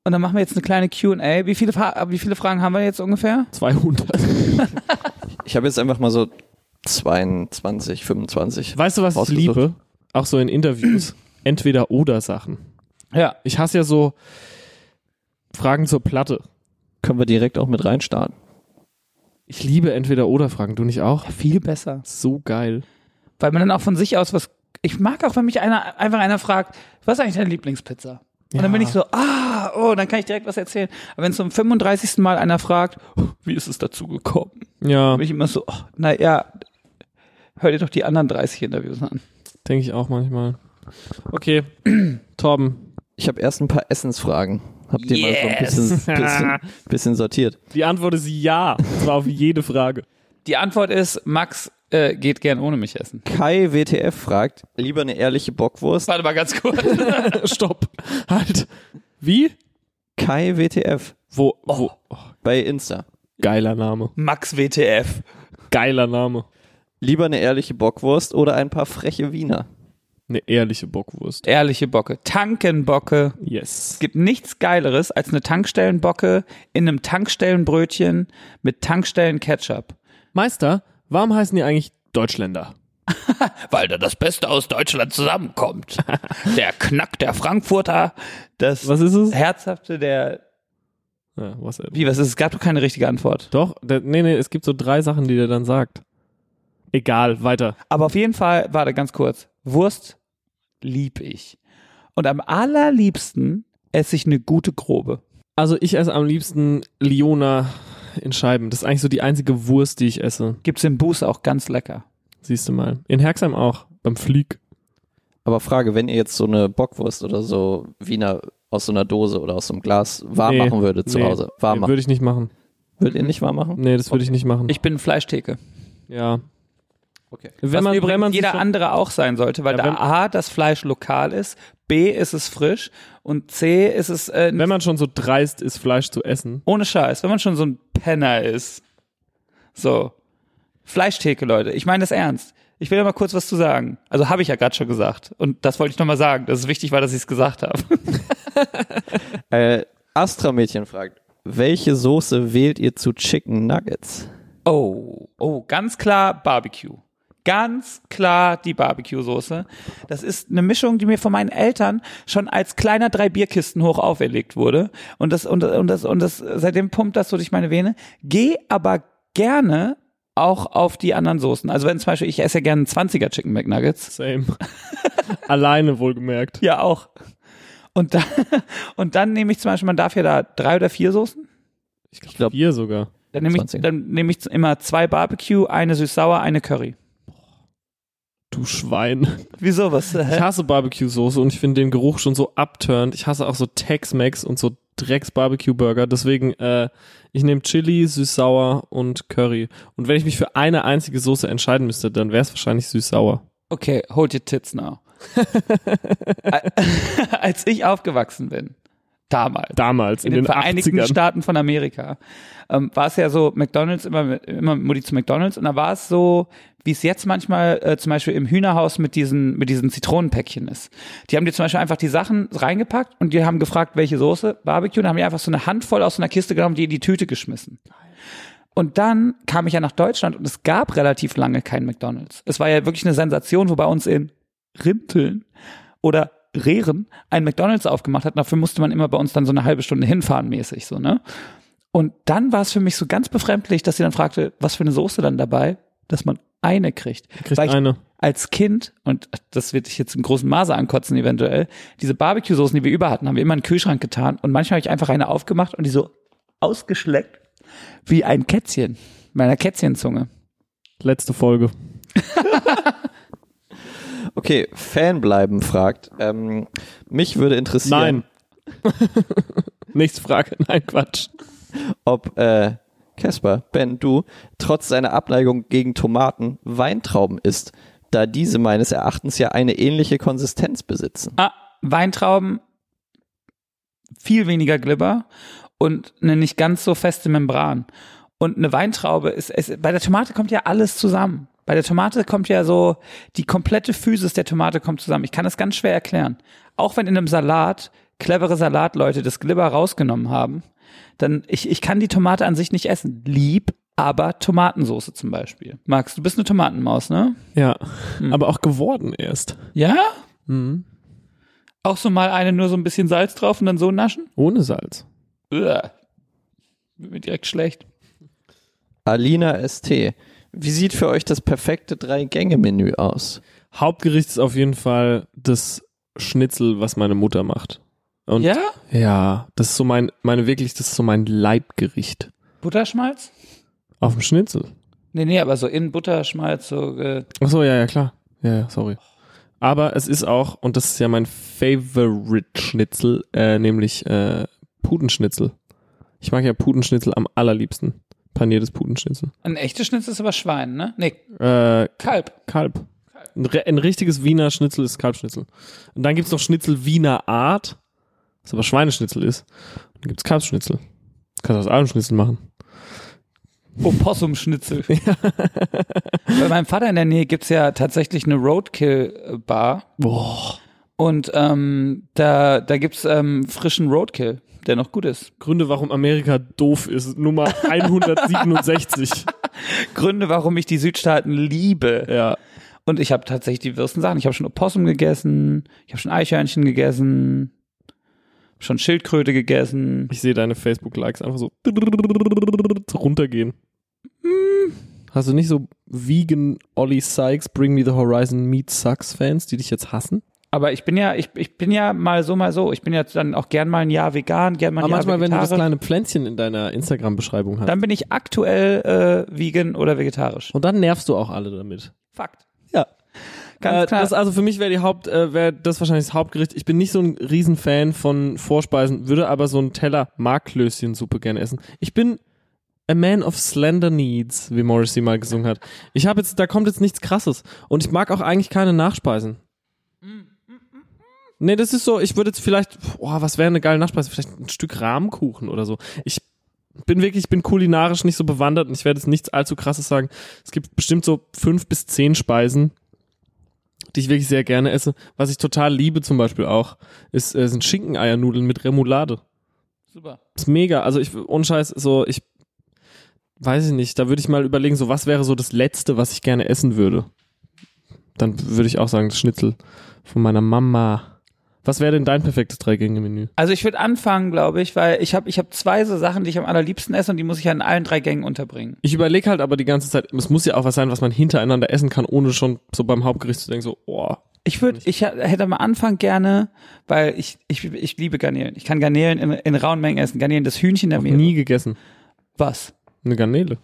S1: Und dann machen wir jetzt eine kleine Q&A. Wie viele, Fra- wie viele Fragen haben wir jetzt ungefähr?
S2: 200.
S3: Ich habe jetzt einfach mal so 22, 25.
S2: Weißt du, was ich
S3: Ausgesucht.
S2: liebe? Auch so in Interviews. Entweder oder Sachen.
S1: Ja.
S2: Ich hasse ja so Fragen zur Platte.
S3: Können wir direkt auch mit reinstarten.
S2: Ich liebe entweder oder Fragen, du nicht auch?
S1: Viel besser.
S2: So geil.
S1: Weil man dann auch von sich aus was. Ich mag auch, wenn mich einer einfach einer fragt, was ist eigentlich deine Lieblingspizza? Und
S2: Ja.
S1: dann bin ich so, ah, oh, dann kann ich direkt was erzählen. Aber wenn zum 35. Mal einer fragt, oh, wie ist es dazu gekommen?
S2: Ja,
S1: Dann bin ich immer so, oh, naja, hör dir doch die anderen 30 Interviews an.
S2: denke ich auch manchmal. Okay, Torben,
S3: Ich habe erst ein paar Essensfragen. Hab die mal
S1: Yes.
S3: so ein bisschen, bisschen, bisschen sortiert.
S2: die Antwort ist ja. Das war auf jede Frage.
S1: Die Antwort ist, Max äh, geht gern ohne mich essen.
S3: Kai WTF fragt, lieber eine ehrliche Bockwurst.
S1: Warte mal ganz kurz.
S2: Stopp. Halt. Wie?
S3: Kai WTF
S2: Wo? wo?
S3: bei Insta.
S2: Geiler Name.
S1: Max WTF.
S2: Geiler Name.
S3: Lieber eine ehrliche Bockwurst oder ein paar freche Wiener.
S2: Eine ehrliche Bockwurst.
S1: Ehrliche Bocke. Tankenbocke.
S2: Yes.
S1: Es gibt nichts Geileres als eine Tankstellenbocke in einem Tankstellenbrötchen mit Tankstellen-Ketchup.
S2: Meister, warum heißen die eigentlich Deutschländer?
S1: Weil da das Beste aus Deutschland zusammenkommt. Der Knack der Frankfurter, das
S2: Was ist es?
S1: Herzhafte der.
S2: Ja, WhatsApp.
S1: Wie, was ist? Es gab doch keine richtige Antwort.
S2: Doch, der, nee, nee, es gibt so drei Sachen, die der dann sagt. Egal, weiter.
S1: Aber auf jeden Fall, warte ganz kurz. Wurst lieb ich. Und am allerliebsten esse ich eine gute Grobe.
S2: Also ich esse am liebsten Liona in Scheiben. Das ist eigentlich so die einzige Wurst, die ich esse.
S1: Gibt's im Buß auch ganz lecker.
S2: Siehst du mal. In Herxheim auch. Beim Flieg.
S3: Aber Frage, wenn ihr jetzt so eine Bockwurst oder so Wiener aus so einer Dose oder aus so einem Glas warm
S2: Nee,
S3: machen würdet zu
S2: nee,
S3: Hause, warm machen,
S2: Würde ich nicht machen.
S3: würdet ihr nicht warm machen?
S2: Nee, das würde ich nicht machen.
S1: Ich bin Fleischtheke.
S2: ja.
S3: Okay.
S2: Wenn man,
S1: was übrigens
S2: wenn man sich
S1: jeder
S2: schon-
S1: andere auch sein sollte, weil
S2: Ja, wenn-
S1: da A, das Fleisch lokal ist, B, ist es frisch und C, ist es äh,
S2: wenn man schon so dreist ist, Fleisch zu essen.
S1: ohne Scheiß, wenn man schon so ein Penner ist. So. Fleischtheke, Leute. Ich meine das ernst. Ich will ja mal kurz was zu sagen. Also habe ich ja gerade schon gesagt. Und das wollte ich nochmal sagen, dass es wichtig war, dass ich es gesagt habe.
S3: Äh, Astra-Mädchen fragt, welche Soße wählt ihr zu Chicken Nuggets?
S1: Oh, oh, ganz klar Barbecue. Ganz klar die Barbecue-Soße. Das ist eine Mischung, die mir von meinen Eltern schon als kleiner drei Bierkisten hoch auferlegt wurde. Und das, und, und das, und das, seitdem pumpt das so durch meine Vene. Geh aber gerne auch auf die anderen Soßen. Also wenn zum Beispiel, ich esse ja gerne 20er Chicken McNuggets.
S2: Same. Alleine wohlgemerkt.
S1: Ja, auch. Und dann, und dann nehme ich zum Beispiel, man darf ja da drei oder vier Soßen.
S3: Ich glaube,
S2: Bier sogar.
S1: Dann nehme ich,
S3: 20er.
S1: dann nehme ich immer zwei Barbecue, eine süß-sauer, eine Curry.
S2: Du Schwein.
S1: Wieso was?
S2: Ich hasse Barbecue-Soße und ich finde den Geruch schon so abturnt. Ich hasse auch so Tex-Mex und so Drecks-Barbecue-Burger. Deswegen, äh, ich nehme Chili, süß-sauer und Curry. Und wenn ich mich für eine einzige Soße entscheiden müsste, dann wäre es wahrscheinlich süß-sauer.
S1: Okay, hold your tits now. Als ich aufgewachsen bin, damals,
S2: Damals,
S1: in
S2: in,
S1: den,
S2: den,
S1: Vereinigten
S2: 80ern.
S1: Staaten von Amerika, ähm, war es ja so, McDonalds, immer, mit- immer mit Mutti zu McDonalds und da war es so, wie es jetzt manchmal äh, zum Beispiel im Hühnerhaus mit diesen, mit diesen Zitronenpäckchen ist. Die haben dir zum Beispiel einfach die Sachen reingepackt und die haben gefragt, welche Soße, Barbecue, und haben die einfach so eine Handvoll aus so einer Kiste genommen, die in die Tüte geschmissen. Und dann kam ich ja nach Deutschland und es gab relativ lange kein McDonalds. Es war ja wirklich eine Sensation, wo bei uns in Rinteln oder Rehren ein McDonalds aufgemacht hat. Dafür musste man immer bei uns dann so eine halbe Stunde hinfahren mäßig, so, ne? Und dann war es für mich so ganz befremdlich, dass sie dann fragte, was für eine Soße dann dabei, dass man eine kriegt.
S2: Kriegt
S1: Weil ich
S2: eine.
S1: als Kind, und das wird dich jetzt im großen Maße ankotzen eventuell, diese Barbecue-Soßen, die wir über hatten, haben wir immer in den Kühlschrank getan und manchmal habe ich einfach eine aufgemacht und die so ausgeschleckt wie ein Kätzchen, meiner Kätzchenzunge.
S2: Letzte Folge.
S3: Okay, Fanbleiben fragt, ähm, mich würde
S2: Nein.
S3: interessieren,
S2: Nächste Frage. Nein, Quatsch.
S3: ob äh, Casper, Ben, du, trotz seiner Abneigung gegen Tomaten Weintrauben isst, da diese meines Erachtens ja eine ähnliche Konsistenz besitzen.
S1: Ah, Weintrauben, viel weniger Glibber und eine nicht ganz so feste Membran. Und eine Weintraube ist, ist bei der Tomate kommt ja alles zusammen. Bei der Tomate kommt ja so, die komplette Physis der Tomate kommt zusammen. Ich kann das ganz schwer erklären. Auch wenn in einem Salat clevere Salatleute das Glibber rausgenommen haben, dann, ich, ich kann die Tomate an sich nicht essen. Lieb, aber Tomatensoße zum Beispiel. Max, du bist eine Tomatenmaus, ne?
S2: Ja. Aber auch geworden erst.
S1: Ja?
S2: Mhm.
S1: Auch so mal eine nur so ein bisschen Salz drauf und dann so naschen?
S2: Ohne Salz.
S1: Uah. Wird mir direkt schlecht.
S3: Alina ST, wie sieht für euch das perfekte Drei-Gänge-Menü aus?
S2: Hauptgericht ist auf jeden Fall das Schnitzel, was meine Mutter macht. Und
S1: ja?
S2: Ja, das ist so mein, meine wirklich, das ist so mein Leibgericht.
S1: Butterschmalz?
S2: Auf dem Schnitzel.
S1: Nee, nee, aber so in Butterschmalz, so. Äh,
S2: Ach so, ja, ja, klar. Ja, ja, sorry. Aber es ist auch, und das ist ja mein Favorite-Schnitzel, äh, nämlich äh, Putenschnitzel. Ich mag ja Putenschnitzel am allerliebsten. Paniertes Putenschnitzel.
S1: ein echtes Schnitzel ist aber Schwein, ne? Nee,
S2: Äh,
S1: Kalb.
S2: Kalb. Ein, re- ein richtiges Wiener Schnitzel ist Kalbschnitzel. Und dann gibt's noch Schnitzel Wiener Art, was aber Schweineschnitzel ist. Und dann gibt's Kalbschnitzel. Kannst du aus allem Schnitzel machen.
S1: Opossum-Schnitzel. Bei meinem Vater in der Nähe gibt's ja tatsächlich eine Roadkill-Bar.
S2: Boah.
S1: Und ähm, da, da gibt's ähm, frischen Roadkill, der noch gut ist.
S2: Gründe, warum Amerika doof ist, Nummer 167.
S1: Gründe, warum ich die Südstaaten liebe.
S2: ja.
S1: Und ich habe tatsächlich die wirsten Sachen. Ich habe schon Opossum gegessen, ich habe schon Eichhörnchen gegessen, schon Schildkröte gegessen.
S2: Ich sehe deine Facebook-Likes einfach so runtergehen. Hast du nicht so vegan Ollie Sykes, Bring Me the Horizon, Meat Sucks Fans, die dich jetzt hassen?
S1: Aber ich bin ja, ich, ich bin ja mal so, mal so. Ich bin ja dann auch gern mal ein Jahr vegan, gern mal ein
S2: Aber
S1: Jahr
S2: manchmal, wenn du das
S1: vegetarisch.
S2: kleine Pflänzchen in deiner Instagram-Beschreibung hast.
S1: dann bin ich aktuell äh, vegan oder vegetarisch.
S2: Und dann nervst du auch alle damit.
S1: Fakt.
S3: Ja.
S1: Ganz
S2: Äh,
S1: klar.
S2: das also für mich wäre die Haupt, äh, wäre das wahrscheinlich das Hauptgericht. Ich bin nicht so ein Riesenfan von Vorspeisen, würde aber so einen Teller Marklöschensuppe gerne essen. Ich bin a man of slender needs, wie Morrissey mal gesungen hat. Ich habe jetzt, da kommt jetzt nichts Krasses und ich mag auch eigentlich keine Nachspeisen. Nee, das ist so, ich würde jetzt vielleicht, boah, was wäre eine geile Nachspeise? Vielleicht ein Stück Rahmkuchen oder so. Ich bin wirklich, ich bin kulinarisch nicht so bewandert und ich werde jetzt nichts allzu krasses sagen. Es gibt bestimmt so fünf bis zehn Speisen, die ich wirklich sehr gerne esse. Was ich total liebe zum Beispiel auch, ist, äh, sind Schinkeneiernudeln mit Remoulade.
S1: Super.
S2: Ist mega. Also ich, ohne Scheiß, so, ich weiß ich nicht, da würde ich mal überlegen, so was wäre so das Letzte, was ich gerne essen würde. Dann würde ich auch sagen, das Schnitzel von meiner Mama. Was wäre denn dein perfektes Drei-Gänge-Menü?
S1: Also ich würde anfangen, glaube ich, weil ich habe ich hab zwei so Sachen, die ich am allerliebsten esse und die muss ich ja in allen drei Gängen unterbringen.
S2: Ich überlege halt aber die ganze Zeit, es muss ja auch was sein, was man hintereinander essen kann, ohne schon so beim Hauptgericht zu denken, so, oh,
S1: Ich würde, ich hä- hätte am Anfang gerne, weil ich, ich, ich liebe Garnelen. Ich kann Garnelen in, in rauen Mengen essen. Garnelen, das Hühnchen der Meere.
S2: nie gegessen.
S1: Was?
S2: Eine Garnele.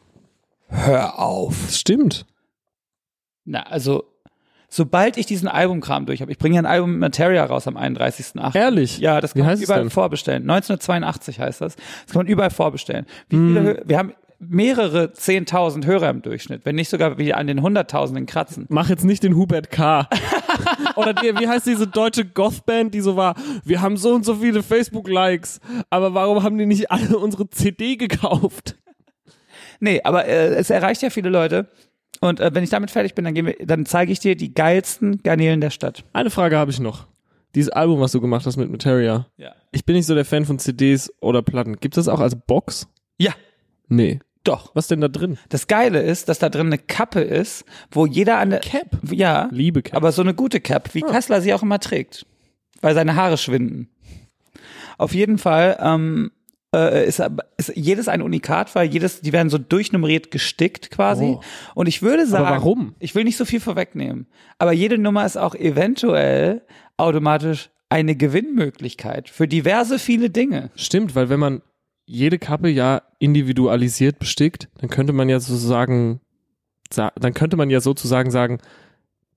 S1: Hör auf.
S2: Das stimmt.
S1: Na, also, sobald ich diesen Albumkram durch habe, ich bringe ja ein Album mit Materia raus am 31.8.
S2: Ehrlich?
S1: Ja, das
S2: Wie
S1: kann man
S2: heißt es
S1: überall
S2: denn?
S1: vorbestellen. 1982 heißt das. Das kann man überall vorbestellen. Wie
S2: Hm.
S1: viele, Hö- wir haben mehrere 10.000 Hörer im Durchschnitt, wenn nicht sogar wie an den Hunderttausenden kratzen.
S2: Mach jetzt nicht den Hubert K. Oder die, wie heißt diese deutsche Goth-Band, die so war, wir haben so und so viele Facebook-Likes, aber warum haben die nicht alle unsere CD gekauft?
S1: Nee, aber äh, es erreicht ja viele Leute. Und äh, wenn ich damit fertig bin, dann, gehen wir, dann zeige ich dir die geilsten Garnelen der Stadt.
S2: Eine Frage habe ich noch. Dieses Album, was du gemacht hast mit Materia.
S1: Ja.
S2: Ich bin nicht so der Fan von CDs oder Platten. Gibt es das auch als Box?
S1: Ja,
S2: Nee.
S1: doch.
S2: Was denn da drin?
S1: Das Geile ist, dass da drin eine Kappe ist, wo jeder an der
S2: Cap?
S1: Ja.
S2: Liebe Cap. Ah.
S1: Aber so eine gute Cap, wie Kessler sie auch immer trägt. Weil seine Haare schwinden. Auf jeden Fall ähm, äh, ist, ab- ist jedes ein Unikat, weil jedes, die werden so durchnummeriert gestickt quasi.
S2: Oh.
S1: Und ich würde sagen,
S2: warum?
S1: ich will nicht so viel vorwegnehmen, aber jede Nummer ist auch eventuell automatisch eine Gewinnmöglichkeit für diverse viele Dinge.
S2: Stimmt, weil wenn man jede Kappe ja individualisiert bestickt, dann könnte man ja sozusagen, sa- dann könnte man ja sozusagen sagen,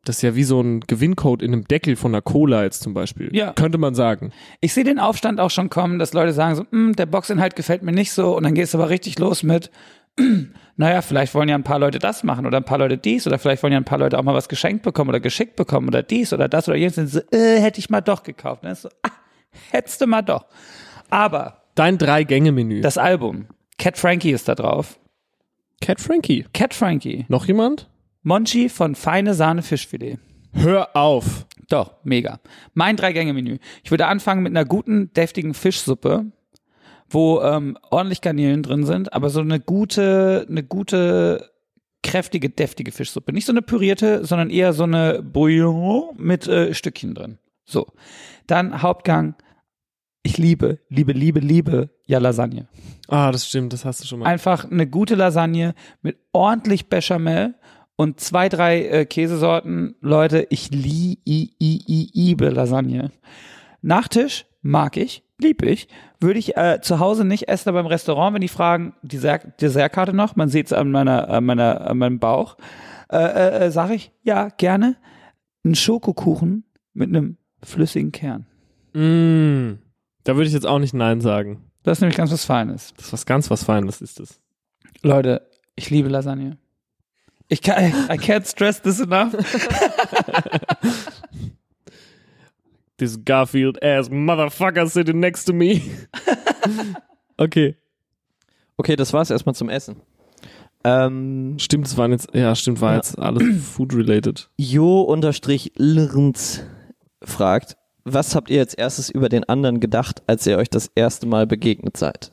S2: das ist ja wie so ein Gewinncode in einem Deckel von einer Cola jetzt zum Beispiel.
S1: Ja.
S2: Könnte man sagen.
S1: Ich sehe den Aufstand auch schon kommen, dass Leute sagen so, "Hm, der Boxinhalt gefällt mir nicht so und dann geht es aber richtig los mit, naja, vielleicht wollen ja ein paar Leute das machen oder ein paar Leute dies oder vielleicht wollen ja ein paar Leute auch mal was geschenkt bekommen oder geschickt bekommen oder dies oder das oder jenes. Und so, äh, hätte ich mal doch gekauft. Und dann ist so, ah, hättest du mal doch. Aber
S2: Dein Drei-Gänge-Menü.
S1: das Album, Cat Frankie ist da drauf.
S2: Cat Frankie.
S1: Cat Frankie,
S2: Noch jemand?
S1: Monchi von Feine Sahne Fischfilet.
S2: Hör auf.
S1: Doch, mega. Mein Drei-Gänge-Menü. Ich würde anfangen mit einer guten, deftigen Fischsuppe, wo ähm, ordentlich Garnelen drin sind, aber so eine gute, eine gute, kräftige, deftige Fischsuppe. Nicht so eine pürierte, sondern eher so eine Bouillon mit äh, Stückchen drin. So. Dann Hauptgang. Ich liebe, liebe, liebe, liebe ja Lasagne.
S2: Ah, das stimmt, das hast du schon mal.
S1: Einfach eine gute Lasagne mit ordentlich Bechamel und zwei, drei äh, Käsesorten. Leute, ich lie- i- i- i- liebe Lasagne. Nachtisch mag ich, lieb ich. Würde ich äh, zu Hause nicht essen, aber im Restaurant, wenn die fragen, Dessert, Dessertkarte noch, man sieht es an, meiner, an, meiner, an meinem Bauch, äh, äh, äh, sage ich, ja, gerne. Ein Schokokuchen mit einem flüssigen Kern.
S2: Mm, da würde ich jetzt auch nicht Nein sagen.
S1: Das ist nämlich ganz was Feines.
S2: Das ist was ganz was Feines, ist das.
S1: Leute, ich liebe Lasagne. Ich kann, I can't stress this enough.
S2: This Garfield-ass motherfucker sitting next to me. okay.
S3: Okay, das war's erstmal zum Essen. Ähm,
S2: Stimmt, es waren jetzt, ja, stimmt, war
S3: Ja.
S2: jetzt alles food-related.
S3: Jo-Lirns fragt, was habt ihr als erstes über den anderen gedacht, als ihr euch das erste Mal begegnet seid?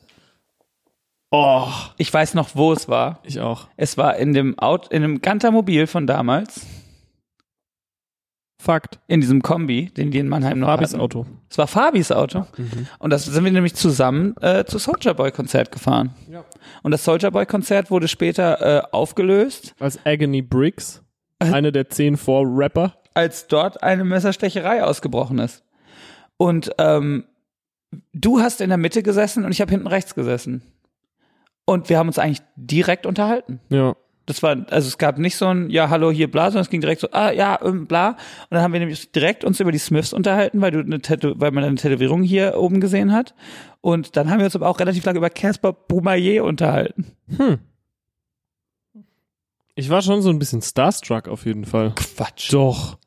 S2: Oh,
S1: Ich weiß noch, wo es war.
S2: ich auch.
S1: Es war in dem Out, in dem Gantamobil von damals,
S2: Fakt.
S1: in diesem Kombi, den die in Mannheim noch
S2: Fabis
S1: hatten.
S2: Auto. Mhm.
S1: Es war Fabis Auto. Und das sind wir nämlich zusammen äh, zu Soldier Boy Konzert gefahren.
S2: Ja.
S1: Und das Soldier Boy Konzert wurde später äh, aufgelöst,
S2: Als Agony Briggs, eine der zehn Vor-Rapper.
S1: als dort eine Messerstecherei ausgebrochen ist. Und ähm, du hast in der Mitte gesessen und ich habe hinten rechts gesessen. Und wir haben uns eigentlich direkt unterhalten.
S2: Ja.
S1: Das war, also es gab nicht so ein, ja, hallo, hier, bla, sondern es ging direkt so, ah, ja, ähm, bla. Und dann haben wir nämlich direkt uns über die Smiths unterhalten, weil du eine Tätow weil man eine Tätowierung hier oben gesehen hat. Und dann haben wir uns aber auch relativ lange über Casper Boumaier unterhalten.
S2: Ich war schon so ein bisschen starstruck auf jeden Fall.
S1: Quatsch.
S2: Doch.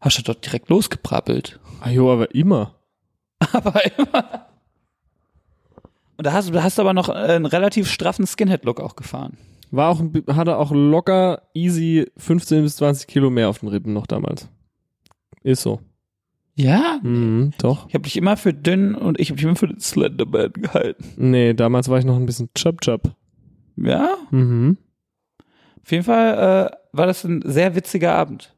S1: Hast du dort direkt losgebrabbelt.
S2: Ajo, Ah, aber immer.
S1: Aber immer. Und da hast, du- da hast du aber noch einen relativ straffen Skinhead-Look auch gefahren.
S2: War auch, ein bi- hatte auch locker, easy 15 bis 20 Kilo mehr auf den Rippen noch damals. Ist so.
S1: Ja.
S2: Mhm, doch.
S1: Ich habe dich immer für dünn und ich habe dich immer für den Slenderman gehalten.
S2: Nee, damals war ich noch ein bisschen chub-chub.
S1: Ja.
S2: Mhm.
S1: Auf jeden Fall äh, war das ein sehr witziger Abend.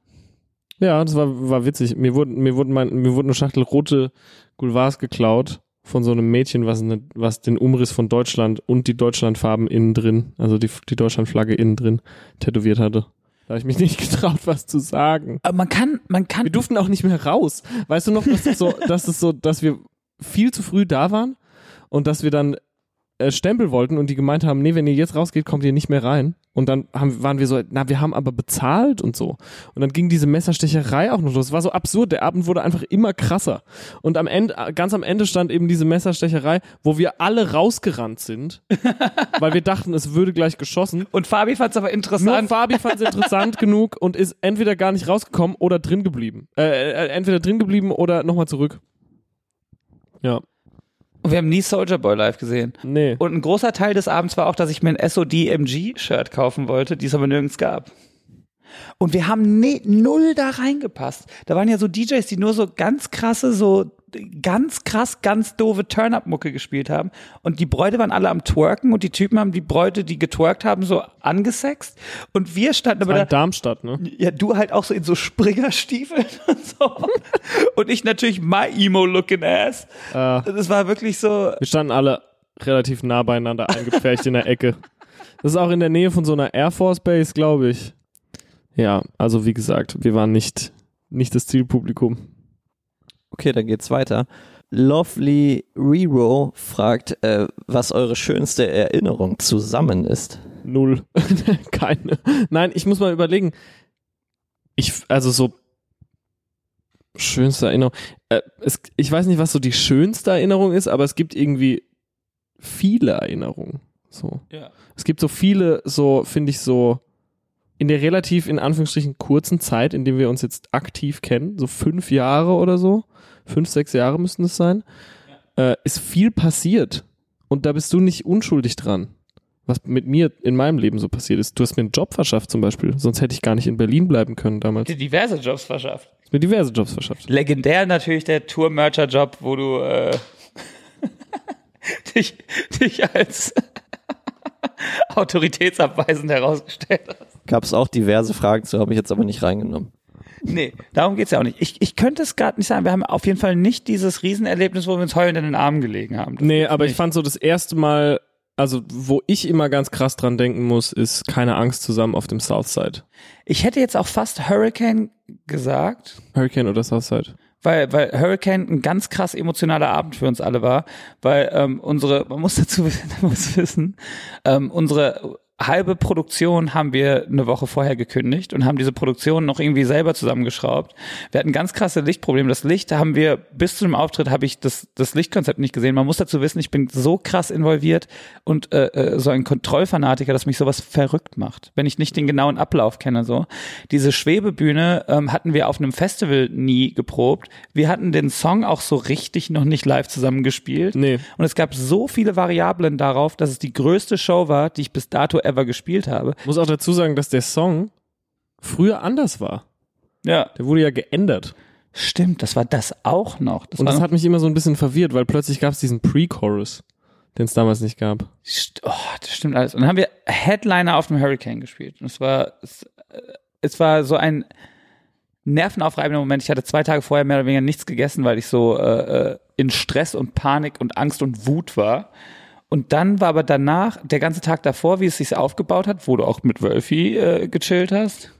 S2: Ja, das war, war witzig. Mir wurden, mir, wurden mein, mir wurden eine Schachtel rote Goulevars geklaut von so einem Mädchen, was, eine, was den Umriss von Deutschland und die Deutschlandfarben innen drin, also die, die Deutschlandflagge innen drin, tätowiert hatte. Da habe ich mich nicht getraut, was zu sagen.
S1: Aber man kann, man kann.
S2: Wir durften auch nicht mehr raus. Weißt du noch, dass es so, dass, es so, dass wir viel zu früh da waren und dass wir dann äh, Stempel wollten und die gemeint haben, nee, wenn ihr jetzt rausgeht, kommt ihr nicht mehr rein. Und dann haben, waren wir so, na, wir haben aber bezahlt und so. Und dann ging diese Messerstecherei auch noch los. Es war so absurd. Der Abend wurde einfach immer krasser. Und am Ende, ganz am Ende stand eben diese Messerstecherei, wo wir alle rausgerannt sind, weil wir dachten, es würde gleich geschossen.
S1: Und Fabi fand es aber
S2: Nur
S1: interessant.
S2: Fabi fand es interessant genug und ist entweder gar nicht rausgekommen oder drin geblieben. Äh, äh, entweder drin geblieben oder nochmal zurück. Ja,
S1: Und wir haben nie Soldier Boy live gesehen.
S2: nee.
S1: Und ein großer Teil des Abends war auch, dass ich mir ein SODMG-Shirt kaufen wollte, die es aber nirgends gab. Und wir haben ne, null da reingepasst. Da waren ja so DJs, die nur so ganz krasse, so ganz krass, ganz doofe Turn-Up-Mucke gespielt haben. Und die Bräute waren alle am Twerken und die Typen haben die Bräute, die getwerkt haben, so angesext. Und wir standen aber da.
S2: Halt Darmstadt, ne?
S1: Ja, du halt auch so in so Springerstiefeln und so. Und ich natürlich my emo-looking ass. Das war wirklich so,
S2: Wir standen alle relativ nah beieinander eingepfercht in der Ecke. Das ist auch in der Nähe von so einer Air Force Base, glaube ich. Ja, also wie gesagt, wir waren nicht, nicht das Zielpublikum.
S3: Okay, dann geht's weiter. Lovely Rero fragt, äh, was eure schönste Erinnerung zusammen ist.
S2: Null. Keine. Nein, ich muss mal überlegen. Ich, f- also so schönste Erinnerung. Äh, es, ich weiß nicht, was so die schönste Erinnerung ist, aber es gibt irgendwie viele Erinnerungen. So.
S1: Ja.
S2: Es gibt so viele, so finde ich so in der relativ in Anführungsstrichen kurzen Zeit, in dem wir uns jetzt aktiv kennen, so fünf Jahre oder so, fünf, sechs Jahre müssen es sein, äh, ist viel passiert. Und da bist du nicht unschuldig dran, was mit mir in meinem Leben so passiert ist. Du hast mir einen Job verschafft zum Beispiel, sonst hätte ich gar nicht in Berlin bleiben können damals. Du
S1: dir diverse Jobs verschafft.
S2: hast mir diverse Jobs verschafft.
S1: Legendär natürlich der Tour-Mercher-Job, wo du äh, dich, dich als autoritätsabweisend herausgestellt hast.
S3: Gab's auch diverse Fragen zu, habe ich jetzt aber nicht reingenommen.
S1: Nee, darum geht's ja auch nicht. Ich, ich könnte es gerade nicht sagen. Wir haben auf jeden Fall nicht dieses Riesenerlebnis, wo wir uns heulend in den Armen gelegen haben.
S2: Nee, aber ich fand so das erste Mal, also wo ich immer ganz krass dran denken muss, ist keine Angst zusammen auf dem Southside.
S1: Ich hätte jetzt auch fast Hurricane gesagt.
S2: Hurricane oder Southside?
S1: weil, weil Hurricane ein ganz krass emotionaler Abend für uns alle war, weil ähm, unsere, man muss dazu man muss wissen, ähm, unsere halbe Produktion haben wir eine Woche vorher gekündigt und haben diese Produktion noch irgendwie selber zusammengeschraubt. Wir hatten ganz krasse Lichtprobleme. Das Licht haben wir bis zu dem Auftritt habe ich das, das Lichtkonzept nicht gesehen. Man muss dazu wissen, ich bin so krass involviert und äh, äh, so ein Kontrollfanatiker, dass mich sowas verrückt macht, wenn ich nicht den genauen Ablauf kenne. So diese Schwebebühne ähm, hatten wir auf einem Festival nie geprobt. Wir hatten den Song auch so richtig noch nicht live zusammengespielt.
S2: Nee.
S1: Und es gab so viele Variablen darauf, dass es die größte Show war, die ich bis dato ever ever gespielt habe.
S2: Muss auch dazu sagen, dass der Song früher anders war.
S1: Ja.
S2: Der wurde ja geändert.
S1: Stimmt, das war das auch noch. Das
S2: Und
S1: war
S2: das
S1: noch,
S2: hat mich immer so ein bisschen verwirrt, weil plötzlich gab es diesen Pre-Chorus, den es damals nicht gab.
S1: St- oh, das stimmt alles. Und dann haben wir Headliner auf dem Hurricane gespielt. Und es war, es, äh, es war so ein nervenaufreibender Moment. Ich hatte zwei Tage vorher mehr oder weniger nichts gegessen, weil ich so äh, äh, in Stress und Panik und Angst und Wut war. Und dann war aber danach, der ganze Tag davor, wie es sich aufgebaut hat, wo du auch mit Wölfi äh, gechillt hast.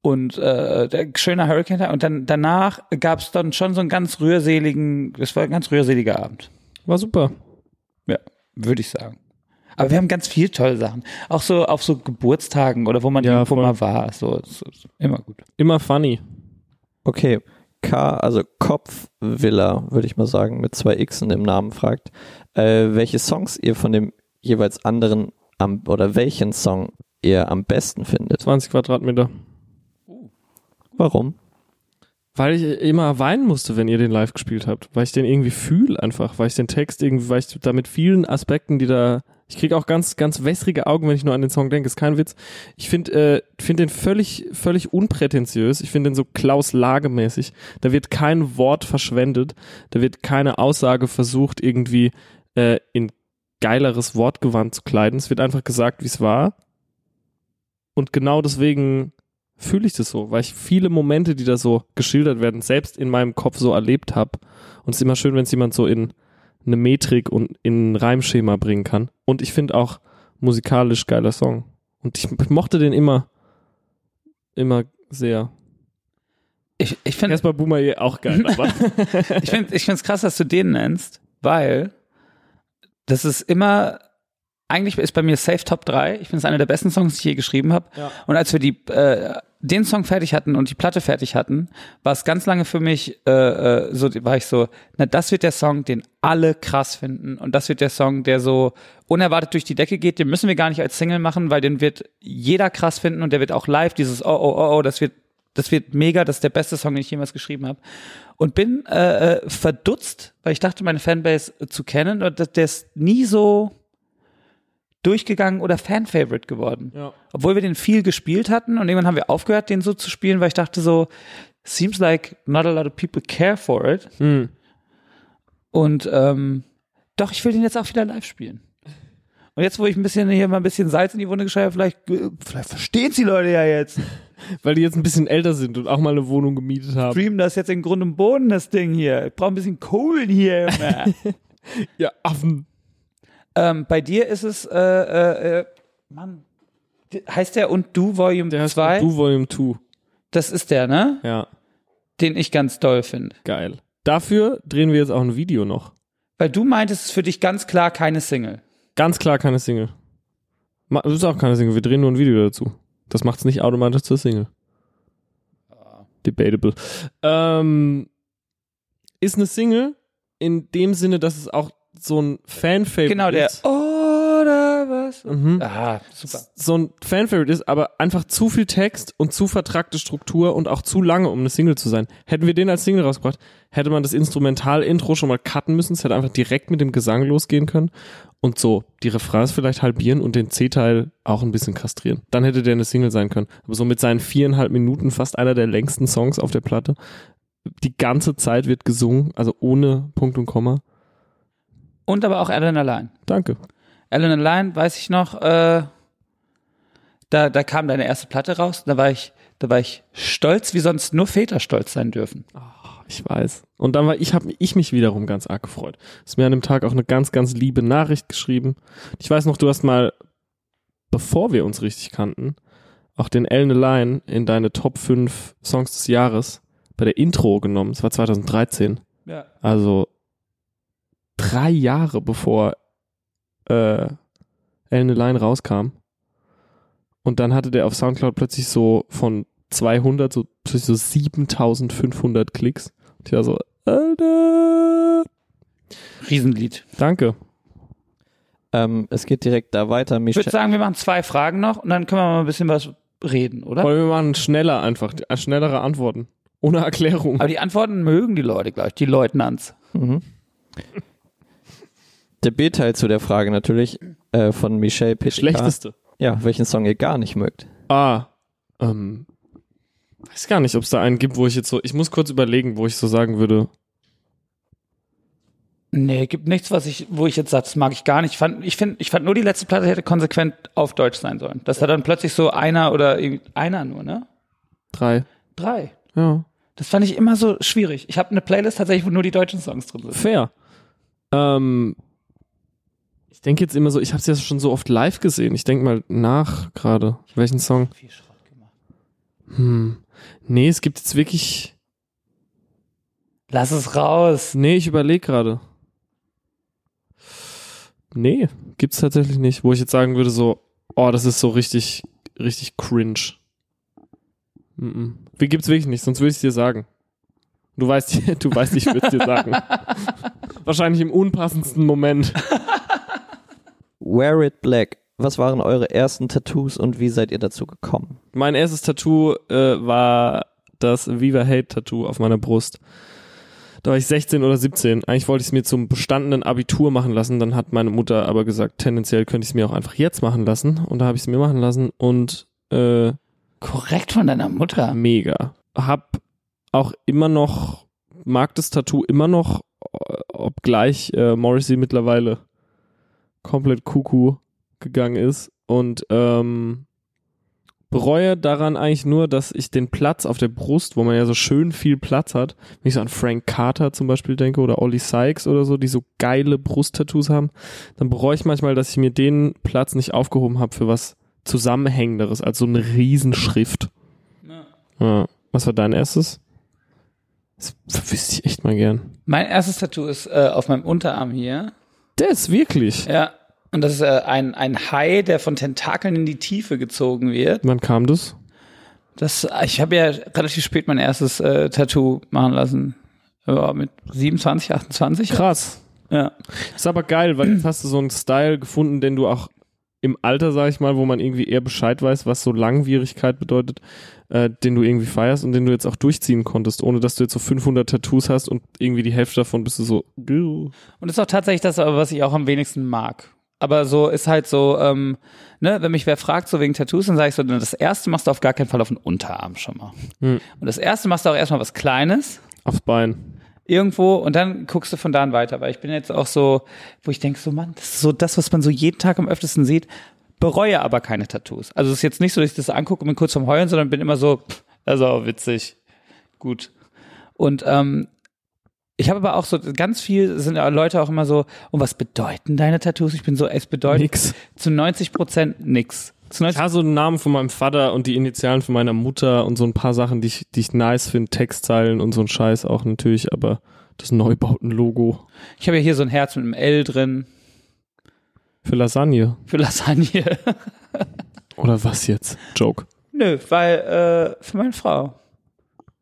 S1: Und äh, der schöne Hurricane. Und dann danach gab es dann schon so einen ganz rührseligen, es war ein ganz rührseliger Abend.
S2: War super.
S1: Ja, würde ich sagen. Aber wir haben ganz viel tolle Sachen. Auch so auf so Geburtstagen oder wo man
S2: Ja,
S1: irgendwo
S2: voll.
S1: mal war. So, so, so immer gut.
S2: Immer funny.
S3: Okay, K, also Kopfvilla, würde ich mal sagen, mit zwei Xen im Namen fragt, äh, welche Songs ihr von dem jeweils anderen am, oder welchen Song ihr am besten findet.
S2: 20 Quadratmeter.
S3: Warum?
S2: Weil ich immer weinen musste, wenn ihr den live gespielt habt. Weil ich den irgendwie fühle einfach. Weil ich den Text irgendwie, weil ich da mit vielen Aspekten, die da. Ich kriege auch ganz, ganz wässrige Augen, wenn ich nur an den Song denke. Ist kein Witz. Ich finde äh, find den völlig, völlig unprätentiös. Ich finde den so Klaus Lage-mäßig. Da wird kein Wort verschwendet. Da wird keine Aussage versucht, irgendwie äh, in geileres Wortgewand zu kleiden. Es wird einfach gesagt, wie es war. Und genau deswegen fühle ich das so, weil ich viele Momente, die da so geschildert werden, selbst in meinem Kopf so erlebt habe. Und es ist immer schön, wenn es jemand so in eine Metrik und in ein Reimschema bringen kann. Und ich finde auch musikalisch geiler Song. Und ich mochte den immer, immer sehr.
S1: Ich, ich finde
S2: Erstmal Boomer eh auch geil, aber
S1: ich find, ich find's krass, dass du den nennst, weil das ist immer, eigentlich ist bei mir Safe Top 3. Ich finde es einer der besten Songs, die ich je geschrieben habe.
S2: Ja.
S1: Und als wir die, äh, den Song fertig hatten und die Platte fertig hatten, war es ganz lange für mich, äh, äh, so war ich so, na, das wird der Song, den alle krass finden. Und das wird der Song, der so unerwartet durch die Decke geht. Den müssen wir gar nicht als Single machen, weil den wird jeder krass finden und der wird auch live dieses, oh, oh, oh, oh, das wird, das wird mega, das ist der beste Song, den ich jemals geschrieben habe und bin äh, äh, verdutzt, weil ich dachte, meine Fanbase äh, zu kennen und das- der ist nie so durchgegangen oder Fan-Favorite geworden.
S2: Ja.
S1: Obwohl wir den viel gespielt hatten und irgendwann haben wir aufgehört, den so zu spielen, weil ich dachte so, seems like not a lot of people care for it.
S2: Hm.
S1: Und ähm, doch, ich will den jetzt auch wieder live spielen. Und jetzt, wo ich ein bisschen hier mal ein bisschen Salz in die Wunde gescheuert, vielleicht, äh, vielleicht verstehen die Leute ja jetzt.
S2: weil die jetzt ein bisschen älter sind und auch mal eine Wohnung gemietet haben.
S1: Stream das jetzt in Grund und Boden, das Ding hier. Ich brauche ein bisschen Kohlen hier. Junge.
S2: Ja, Affen.
S1: Ähm, bei dir ist es, äh, äh, äh, Mann, D- heißt der und du Volume
S2: Der heißt
S1: 2?
S2: Du Volume 2.
S1: Das ist der, ne?
S2: Ja,
S1: Den ich ganz toll finde.
S2: geil. Dafür drehen wir jetzt auch ein Video noch.
S1: Weil du meintest, es ist für dich ganz klar keine Single.
S2: Ganz klar keine Single. Ma- Das ist auch keine Single. Wir drehen nur ein Video dazu. Das macht's nicht automatisch zur Single. Debatable. Ähm, ist eine Single in dem Sinne, dass es auch so ein Fan-Favorite
S1: Genau, der
S2: ist.
S1: oder was?
S2: Mhm.
S1: Ah, super.
S2: So ein Fan-Favorite ist, aber einfach zu viel Text und zu vertragte Struktur und auch zu lange, um eine Single zu sein. Hätten wir den als Single rausgebracht, hätte man das Instrumental-Intro schon mal cutten müssen. Es hätte einfach direkt mit dem Gesang losgehen können und so die Refrains vielleicht halbieren und den C-Teil auch ein bisschen kastrieren. Dann hätte der eine Single sein können. Aber so mit seinen viereinhalb Minuten fast einer der längsten Songs auf der Platte. Die ganze Zeit wird gesungen, also ohne Punkt und Komma.
S1: Und aber auch Alan Allein.
S2: Danke.
S1: Alan Allein, weiß ich noch, äh, da, da kam deine erste Platte raus. Da war ich, da war ich stolz, wie sonst nur Väter stolz sein dürfen.
S2: Ah, Ich weiß. Und dann war ich, habe ich mich wiederum ganz arg gefreut. Ist mir an dem Tag auch eine ganz, ganz liebe Nachricht geschrieben. Ich weiß noch, du hast mal, bevor wir uns richtig kannten, auch den Ellen Line in deine Top 5 Songs des Jahres bei der Intro genommen. Es war 2013.
S1: Ja.
S2: Also drei Jahre bevor äh, Ellen Line rauskam. Und dann hatte der auf Soundcloud plötzlich so von 200 so, plötzlich so 7500 Klicks. Und ich war so, Alter.
S1: Riesenlied.
S2: Danke.
S3: Ähm, es geht direkt da weiter.
S1: Ich würde
S3: Michelle,
S1: sagen, wir machen zwei Fragen noch und dann können wir mal ein bisschen was reden, oder?
S2: Wollen wir machen schneller einfach, äh, schnellere Antworten. Ohne Erklärung.
S1: Aber die Antworten mögen die Leute gleich, die Leutnants.
S3: mhm. der B-Teil zu der Frage natürlich äh, von Michelle Pichka.
S2: Schlechteste.
S3: Ja, welchen Song ihr gar nicht mögt.
S2: Ah, ähm, weiß gar nicht, ob es da einen gibt, wo ich jetzt so, ich muss kurz überlegen, wo ich so sagen würde.
S1: Nee, gibt nichts, was ich, wo ich jetzt sage, das mag ich gar nicht. Ich fand, ich, find, ich fand nur die letzte Platte hätte konsequent auf Deutsch sein sollen. Dass da dann plötzlich so einer oder irgend- einer nur, ne?
S2: Drei.
S1: Drei.
S2: Ja.
S1: Das fand ich immer so schwierig. Ich habe eine Playlist tatsächlich, wo nur die deutschen Songs drin sind.
S2: Fair. Ähm, ich denke jetzt immer so, ich habe es ja schon so oft live gesehen. Ich denke mal nach gerade, welchen Song.
S1: Viel Schrott gemacht.
S2: Hm. Nee, es gibt jetzt wirklich.
S1: Lass es raus.
S2: Nee, ich überlege gerade. Nee, gibt's tatsächlich nicht. Wo ich jetzt sagen würde, so, oh, das ist so richtig, richtig cringe. Mm -mm. Gibt's wirklich nicht, sonst würde ich dir sagen. Du weißt, du weißt, ich würde dir sagen. Wahrscheinlich im unpassendsten Moment.
S3: Wear It Black. Was waren eure ersten Tattoos und wie seid ihr dazu gekommen?
S2: Mein erstes Tattoo äh, war das Viva Hate Tattoo auf meiner Brust. Da war ich 16 oder 17. Eigentlich wollte ich es mir zum bestandenen Abitur machen lassen. Dann hat meine Mutter aber gesagt, tendenziell könnte ich es mir auch einfach jetzt machen lassen. Und da habe ich es mir machen lassen und äh,
S1: Korrekt von deiner Mutter.
S2: mega. Hab auch immer noch, mag das Tattoo immer noch, äh, obgleich äh, Morrissey mittlerweile komplett Kuckuck gegangen ist und ähm, bereue daran eigentlich nur, dass ich den Platz auf der Brust, wo man ja so schön viel Platz hat, wenn ich so an Frank Carter zum Beispiel denke oder Ollie Sykes oder so, die so geile Brusttattoos haben, dann bereue ich manchmal, dass ich mir den Platz nicht aufgehoben habe für was zusammenhängenderes, als so eine Riesenschrift. Ja. Was war dein erstes? Das wüsste ich echt mal gern.
S1: Mein erstes Tattoo ist äh, auf meinem Unterarm hier.
S2: Das wirklich?
S1: Ja. Und das ist äh, ein, ein Hai, der von Tentakeln in die Tiefe gezogen wird.
S2: Wann kam das?
S1: Das, ich habe ja relativ spät mein erstes äh, Tattoo machen lassen. Ja, mit 27, 28.
S2: Krass.
S1: Ja.
S2: Ist aber geil, weil jetzt hast du so einen Style gefunden, den du auch im Alter, sag ich mal, wo man irgendwie eher Bescheid weiß, was so Langwierigkeit bedeutet, äh, den du irgendwie feierst und den du jetzt auch durchziehen konntest, ohne dass du jetzt so 500 Tattoos hast und irgendwie die Hälfte davon bist du so. "Duh."
S1: Und das ist auch tatsächlich das, was ich auch am wenigsten mag. Aber so ist halt so, ähm, ne, wenn mich wer fragt, so wegen Tattoos, dann sage ich so, ne, das erste machst du auf gar keinen Fall auf den Unterarm schon mal.
S2: Hm.
S1: Und das erste machst du auch erstmal was Kleines
S2: Aufs Bein.
S1: irgendwo und dann guckst du von da an weiter. Weil ich bin jetzt auch so, wo ich denke, so Mann, das ist so das, was man so jeden Tag am öftesten sieht, bereue aber keine Tattoos. Also es ist jetzt nicht so, dass ich das angucke und bin kurz vom Heulen, sondern bin immer so, pff, das ist auch witzig, gut. Und ähm, ich habe aber auch so ganz viel sind ja Leute auch immer so, und was bedeuten deine Tattoos? Ich bin so, es bedeutet
S2: Nix.
S1: zu 90 Prozent nix. Zu 90
S2: Ich habe so einen Namen von meinem Vater und die Initialen von meiner Mutter und so ein paar Sachen, die ich, die ich nice finde, Textzeilen und so ein Scheiß auch natürlich, aber das Neubauten-Logo
S1: Ich habe ja hier so ein Herz mit einem L drin
S2: für Lasagne.
S1: für Lasagne.
S2: Oder was jetzt? Joke.
S1: Nö, weil äh, für meine Frau.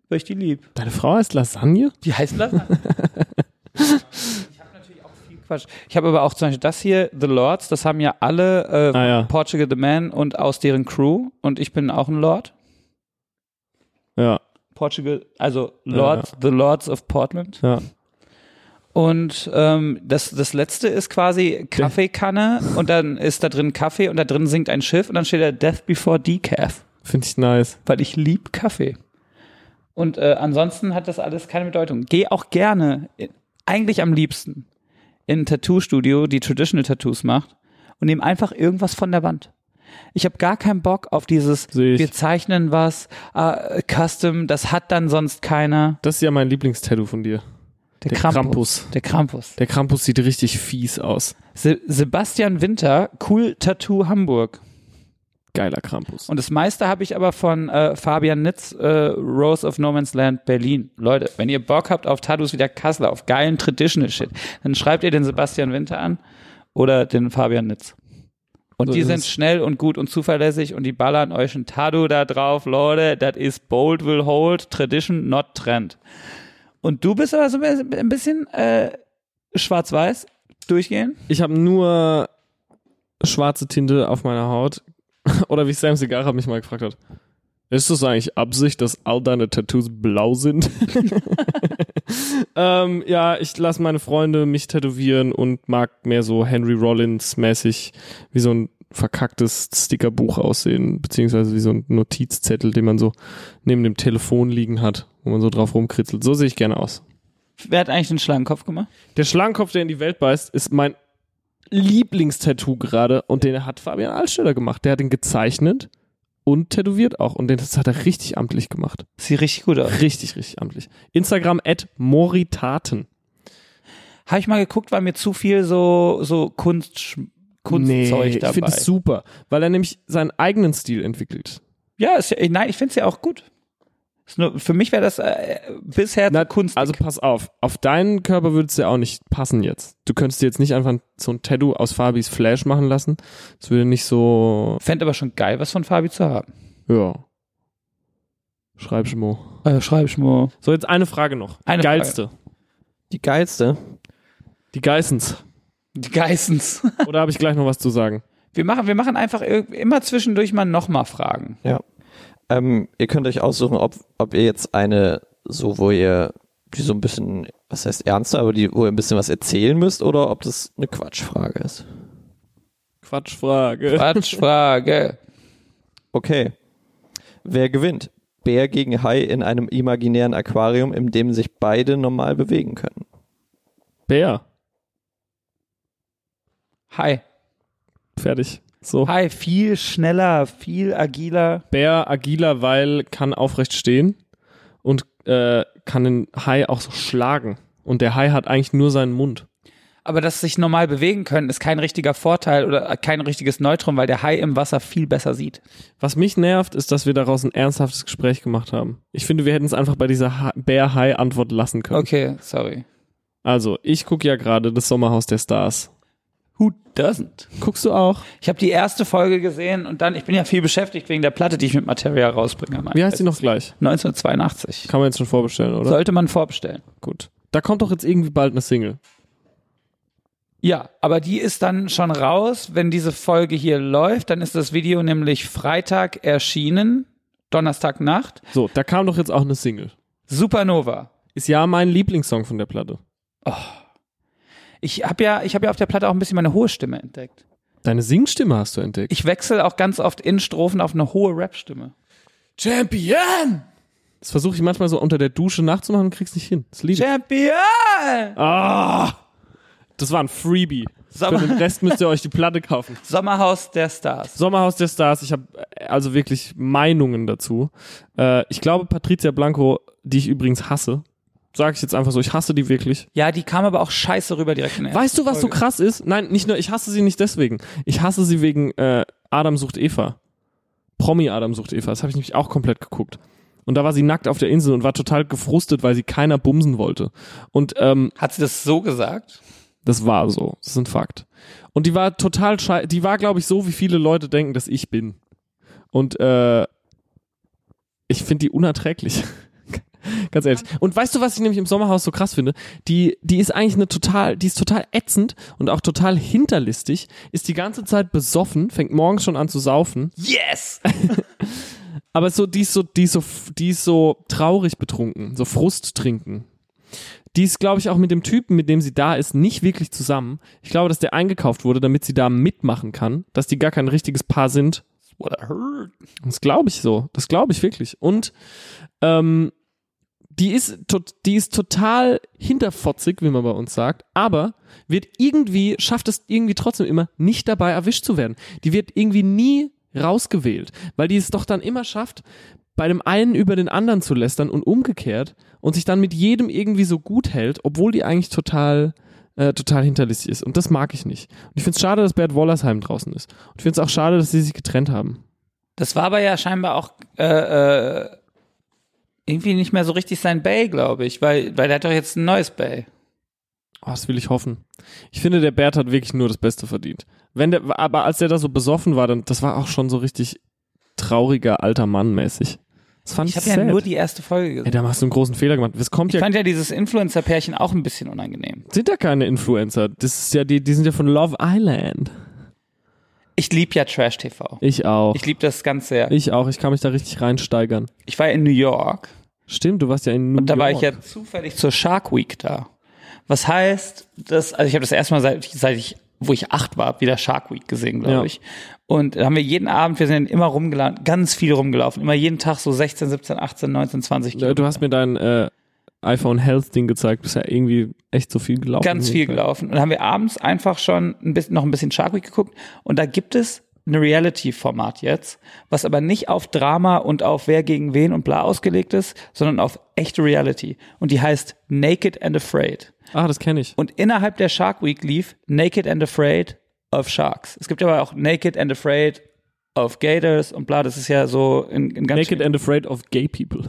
S1: Weil ich die lieb.
S2: Deine Frau heißt Lasagne?
S1: Die heißt Lasagne. ich habe natürlich auch viel Quatsch. Ich habe aber auch zum Beispiel das hier, The Lords, das haben ja alle äh,
S2: Ah, ja.
S1: Portugal the Man und aus deren Crew und ich bin auch ein Lord.
S2: Ja,
S1: Portugal, also Lord, The Lords of Portland.
S2: ja.
S1: Und ähm, das, das letzte ist quasi Kaffeekanne und dann ist da drin Kaffee und da drin sinkt ein Schiff und dann steht da Death Before Decaf,
S2: Finde ich nice.
S1: weil ich lieb Kaffee. Und äh, ansonsten hat das alles keine Bedeutung. Geh auch gerne, in, eigentlich am liebsten, in ein Tattoo-Studio, die Traditional Tattoos macht und nehm einfach irgendwas von der Wand. Ich habe gar keinen Bock auf dieses,
S2: Seh ich.
S1: wir zeichnen was, äh, Custom, das hat dann sonst keiner.
S2: Das ist ja mein Lieblingstattoo von dir.
S1: Der,
S2: Der
S1: Krampus.
S2: Krampus.
S1: Der Krampus.
S2: Der Krampus sieht richtig fies aus.
S1: Se Sebastian Winter, Cool Tattoo Hamburg.
S2: Geiler Krampus.
S1: Und das meiste habe ich aber von äh, Fabian Nitz, äh, Rose of No Man's Land, Berlin. Leute, wenn ihr Bock habt auf Tattoos wie der Kassler, auf geilen Traditional Shit, dann schreibt ihr den Sebastian Winter an oder den Fabian Nitz. Und
S2: So
S1: die
S2: ist
S1: sind
S2: es.
S1: schnell und gut und zuverlässig und die ballern euch ein Tattoo da drauf, Leute. That is bold will hold, tradition not trend. Und du bist aber so ein bisschen äh, schwarz-weiß durchgehen.
S2: Ich habe nur schwarze Tinte auf meiner Haut. Oder wie Sam Segarra mich mal gefragt hat. Ist das eigentlich Absicht, dass all deine Tattoos blau sind? ähm, ja, ich lasse meine Freunde mich tätowieren und mag mehr so Henry Rollins mäßig wie so ein verkacktes Stickerbuch aussehen, beziehungsweise wie so ein Notizzettel, den man so neben dem Telefon liegen hat, wo man so drauf rumkritzelt. So sehe ich gerne aus.
S1: Wer hat eigentlich den Schlangenkopf gemacht?
S2: Der Schlangenkopf, der in die Welt beißt, ist mein Lieblingstattoo gerade und den hat Fabian Altstädter gemacht. Der hat ihn gezeichnet und tätowiert auch und den das hat er richtig amtlich gemacht.
S1: Sieht richtig gut aus.
S2: Richtig, richtig amtlich. Instagram at moritaten.
S1: Habe ich mal geguckt, war mir zu viel so, so Kunst, Kunstzeug
S2: ich
S1: dabei.
S2: finde es super, weil er nämlich seinen eigenen Stil entwickelt.
S1: ja, ist, ja- nein, ich finde es ja auch gut. Ist nur, für mich wäre das äh, bisher
S2: Na,
S1: Kunst.
S2: Also pass auf, auf deinen Körper würde es ja auch nicht passen jetzt. Du könntest dir jetzt nicht einfach so ein Tattoo aus Fabis Flash machen lassen. Das würde nicht so,
S1: Fände aber schon geil, was von Fabi zu haben.
S2: ja. Schreib schon mal.
S1: Äh, schreib ich mal.
S2: So, jetzt eine Frage noch.
S1: Eine
S2: Geilste.
S3: Die geilste.
S2: Die Geissens.
S1: Die Geissens.
S2: Oder habe ich gleich noch was zu sagen?
S1: Wir machen, wir machen einfach irg- immer zwischendurch mal nochmal Fragen.
S3: Ähm, ihr könnt euch aussuchen, ob, ob ihr jetzt eine, so wo ihr die so ein bisschen, was heißt ernster, aber die, wo ihr ein bisschen was erzählen müsst, oder ob das eine Quatschfrage ist.
S2: Quatschfrage.
S1: Quatschfrage.
S3: Okay. Wer gewinnt? Bär gegen Hai in einem imaginären Aquarium, in dem sich beide normal bewegen können.
S2: Bär.
S1: Hi.
S2: Fertig. So.
S1: Hi, viel schneller, viel agiler.
S2: Bär agiler, weil kann aufrecht stehen und äh, kann den Hai auch so schlagen. Und der Hai hat eigentlich nur seinen Mund.
S1: Aber dass sich normal bewegen können, ist kein richtiger Vorteil oder kein richtiges Neutrum, weil der Hai im Wasser viel besser sieht.
S2: Was mich nervt, ist, dass wir daraus ein ernsthaftes Gespräch gemacht haben. Ich finde, wir hätten es einfach bei dieser Ha- Bär-Hai-Antwort lassen können.
S1: Okay, sorry.
S2: Also, ich gucke ja gerade das Sommerhaus der Stars.
S1: Who doesn't?
S2: Guckst du auch?
S1: Ich habe die erste Folge gesehen und dann, ich bin ja viel beschäftigt wegen der Platte, die ich mit Materia rausbringe. am
S2: Wie heißt die
S1: 31.
S2: noch gleich?
S1: 1982.
S2: Kann man jetzt schon vorbestellen, oder?
S1: Sollte man vorbestellen.
S2: Gut. Da kommt doch jetzt irgendwie bald eine Single.
S1: Ja, aber die ist dann schon raus. Wenn diese Folge hier läuft, dann ist das Video nämlich Freitag erschienen, Donnerstagnacht.
S2: So, da kam doch jetzt auch eine Single.
S1: Supernova.
S2: Ist ja mein Lieblingssong von der Platte.
S1: Ich habe ja, ich habe ja auf der Platte auch ein bisschen meine hohe Stimme entdeckt.
S2: Deine Singstimme hast du entdeckt.
S1: Ich wechsle auch ganz oft in Strophen auf eine hohe Rap-Stimme.
S2: Champion! Das versuche ich manchmal so unter der Dusche nachzumachen und krieg's nicht hin. Das liebe ich.
S1: Champion!
S2: Ah! Das war ein Freebie.
S1: Sommer-
S2: Für den Rest müsst ihr euch die Platte kaufen.
S1: Sommerhaus der Stars.
S2: Sommerhaus der Stars, ich habe also wirklich Meinungen dazu. Äh, ich glaube, Patricia Blanco, die ich übrigens hasse, sage ich jetzt einfach so, ich hasse die wirklich.
S1: Ja, die kam aber auch scheiße rüber direkt in der
S2: Weißt du, was so
S1: Folge.
S2: krass ist? Nein, nicht nur, ich hasse sie nicht deswegen. Ich hasse sie wegen äh, Adam sucht Eva. Promi Adam sucht Eva. Das habe ich nämlich auch komplett geguckt. Und da war sie nackt auf der Insel und war total gefrustet, weil sie keiner bumsen wollte. Und ähm,
S1: Hat sie das so gesagt?
S2: das war so. Das ist ein Fakt. Und die war total scheiße. Die war, glaube ich, so, wie viele Leute denken, dass ich bin. Und äh, ich finde die unerträglich. Ganz ehrlich. Und weißt du, was ich nämlich im Sommerhaus so krass finde? Die, die ist eigentlich eine total, die ist total ätzend und auch total hinterlistig, ist die ganze Zeit besoffen, fängt morgens schon an zu saufen,
S1: Yes!
S2: aber so, die ist so, die ist so, die ist so traurig betrunken, so Frust trinken. Die ist, glaube ich, auch mit dem Typen, mit dem sie da ist, nicht wirklich zusammen. Ich glaube, dass der eingekauft wurde, damit sie da mitmachen kann, dass die gar kein richtiges Paar sind.
S1: What I heard.
S2: Das glaube ich so. Das glaube ich wirklich. Und ähm, die ist, tot, die ist total hinterfotzig, wie man bei uns sagt, aber wird irgendwie, schafft es irgendwie trotzdem immer, nicht dabei erwischt zu werden. Die wird irgendwie nie rausgewählt, weil die es doch dann immer schafft, bei dem einen über den anderen zu lästern und umgekehrt und sich dann mit jedem irgendwie so gut hält, obwohl die eigentlich total äh, total hinterlistig ist. Und das mag ich nicht. Und ich finde es schade, dass Bert Wollersheim draußen ist. Und ich finde es auch schade, dass sie sich getrennt haben.
S1: Das war aber ja scheinbar auch äh, äh, irgendwie nicht mehr so richtig sein Bay, glaube ich, weil, weil der hat doch jetzt ein neues Bay.
S2: Oh, das will ich hoffen. Ich finde, der Bert hat wirklich nur das Beste verdient. Wenn der, aber als der da so besoffen war, dann, das war auch schon so richtig trauriger alter Mann mäßig. Das fand ich,
S1: Ich habe
S2: sad.
S1: ja nur die erste Folge
S2: Ey,
S1: gesehen.
S2: da hast du einen großen Fehler gemacht. Es kommt
S1: Ich
S2: ja,
S1: fand ja dieses Influencer-Pärchen auch ein bisschen unangenehm.
S2: sind ja keine Influencer. Das ist ja, die, die sind ja von Love Island.
S1: Ich lieb ja Trash-TV.
S2: Ich auch.
S1: Ich lieb das ganz sehr.
S2: Ich auch. Ich kann mich da richtig reinsteigern.
S1: Ich war ja in New York
S2: Stimmt, du warst ja in New
S1: und da war ich
S2: York.
S1: ja zufällig zur Shark Week da. Was heißt, dass, also ich habe das erstmal seit, seit ich wo ich acht war, wieder Shark Week gesehen, glaube
S2: Ja.
S1: ich. Und da haben wir jeden Abend, wir sind immer rumgelaufen, ganz viel rumgelaufen, immer jeden Tag so 16, 17, 18, 19, 20
S2: Äh, Du hast mir dein äh, iPhone Health Ding gezeigt. Du bist ja irgendwie echt so viel gelaufen.
S1: ganz viel
S2: gelaufen.
S1: gelaufen. Und dann haben wir abends einfach schon ein bisschen, noch ein bisschen Shark Week geguckt. Und da gibt es ein Reality-Format jetzt, was aber nicht auf Drama und auf wer gegen wen und bla ausgelegt ist, sondern auf echte Reality. Und die heißt Naked and Afraid.
S2: Ah, das kenne ich.
S1: Und innerhalb der Shark Week lief Naked and Afraid of Sharks. Es gibt aber auch Naked and Afraid of Gators und bla, das ist ja so in, in ganz
S2: Naked and Afraid of Gay People.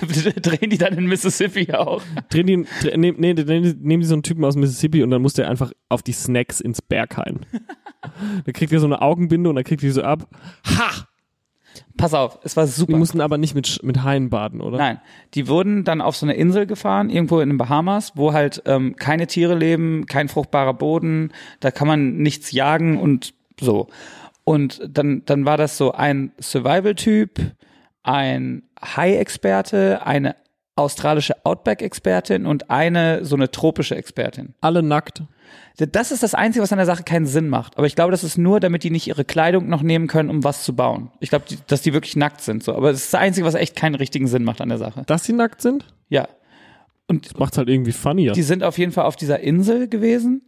S1: drehen die dann in Mississippi auch.
S2: Drehen die, dre- nehm- nee, nee, nee, nehmen die so einen Typen aus Mississippi und dann muss der einfach auf die Snacks ins Berghain. dann kriegt er so eine Augenbinde und dann kriegt die so ab. Ha!
S1: Pass auf, es war
S2: Die
S1: super.
S2: mussten aber nicht mit, Sch- mit Haien baden, oder?
S1: Nein, die wurden dann auf so eine Insel gefahren, irgendwo in den Bahamas, wo halt ähm, keine Tiere leben, kein fruchtbarer Boden, da kann man nichts jagen und so. Und dann, dann war das so ein Survival-Typ, ein High-Experte, eine australische Outback-Expertin und eine so eine tropische Expertin.
S2: Alle nackt.
S1: Das ist das Einzige, was an der Sache keinen Sinn macht. Aber ich glaube, das ist nur, damit die nicht ihre Kleidung noch nehmen können, um was zu bauen. Ich glaube, die, dass die wirklich nackt sind. So. Aber das ist das Einzige, was echt keinen richtigen Sinn macht an der Sache.
S2: Dass sie nackt sind?
S1: Ja. Und
S2: Macht's halt irgendwie funnier.
S1: die sind auf jeden Fall auf dieser Insel gewesen.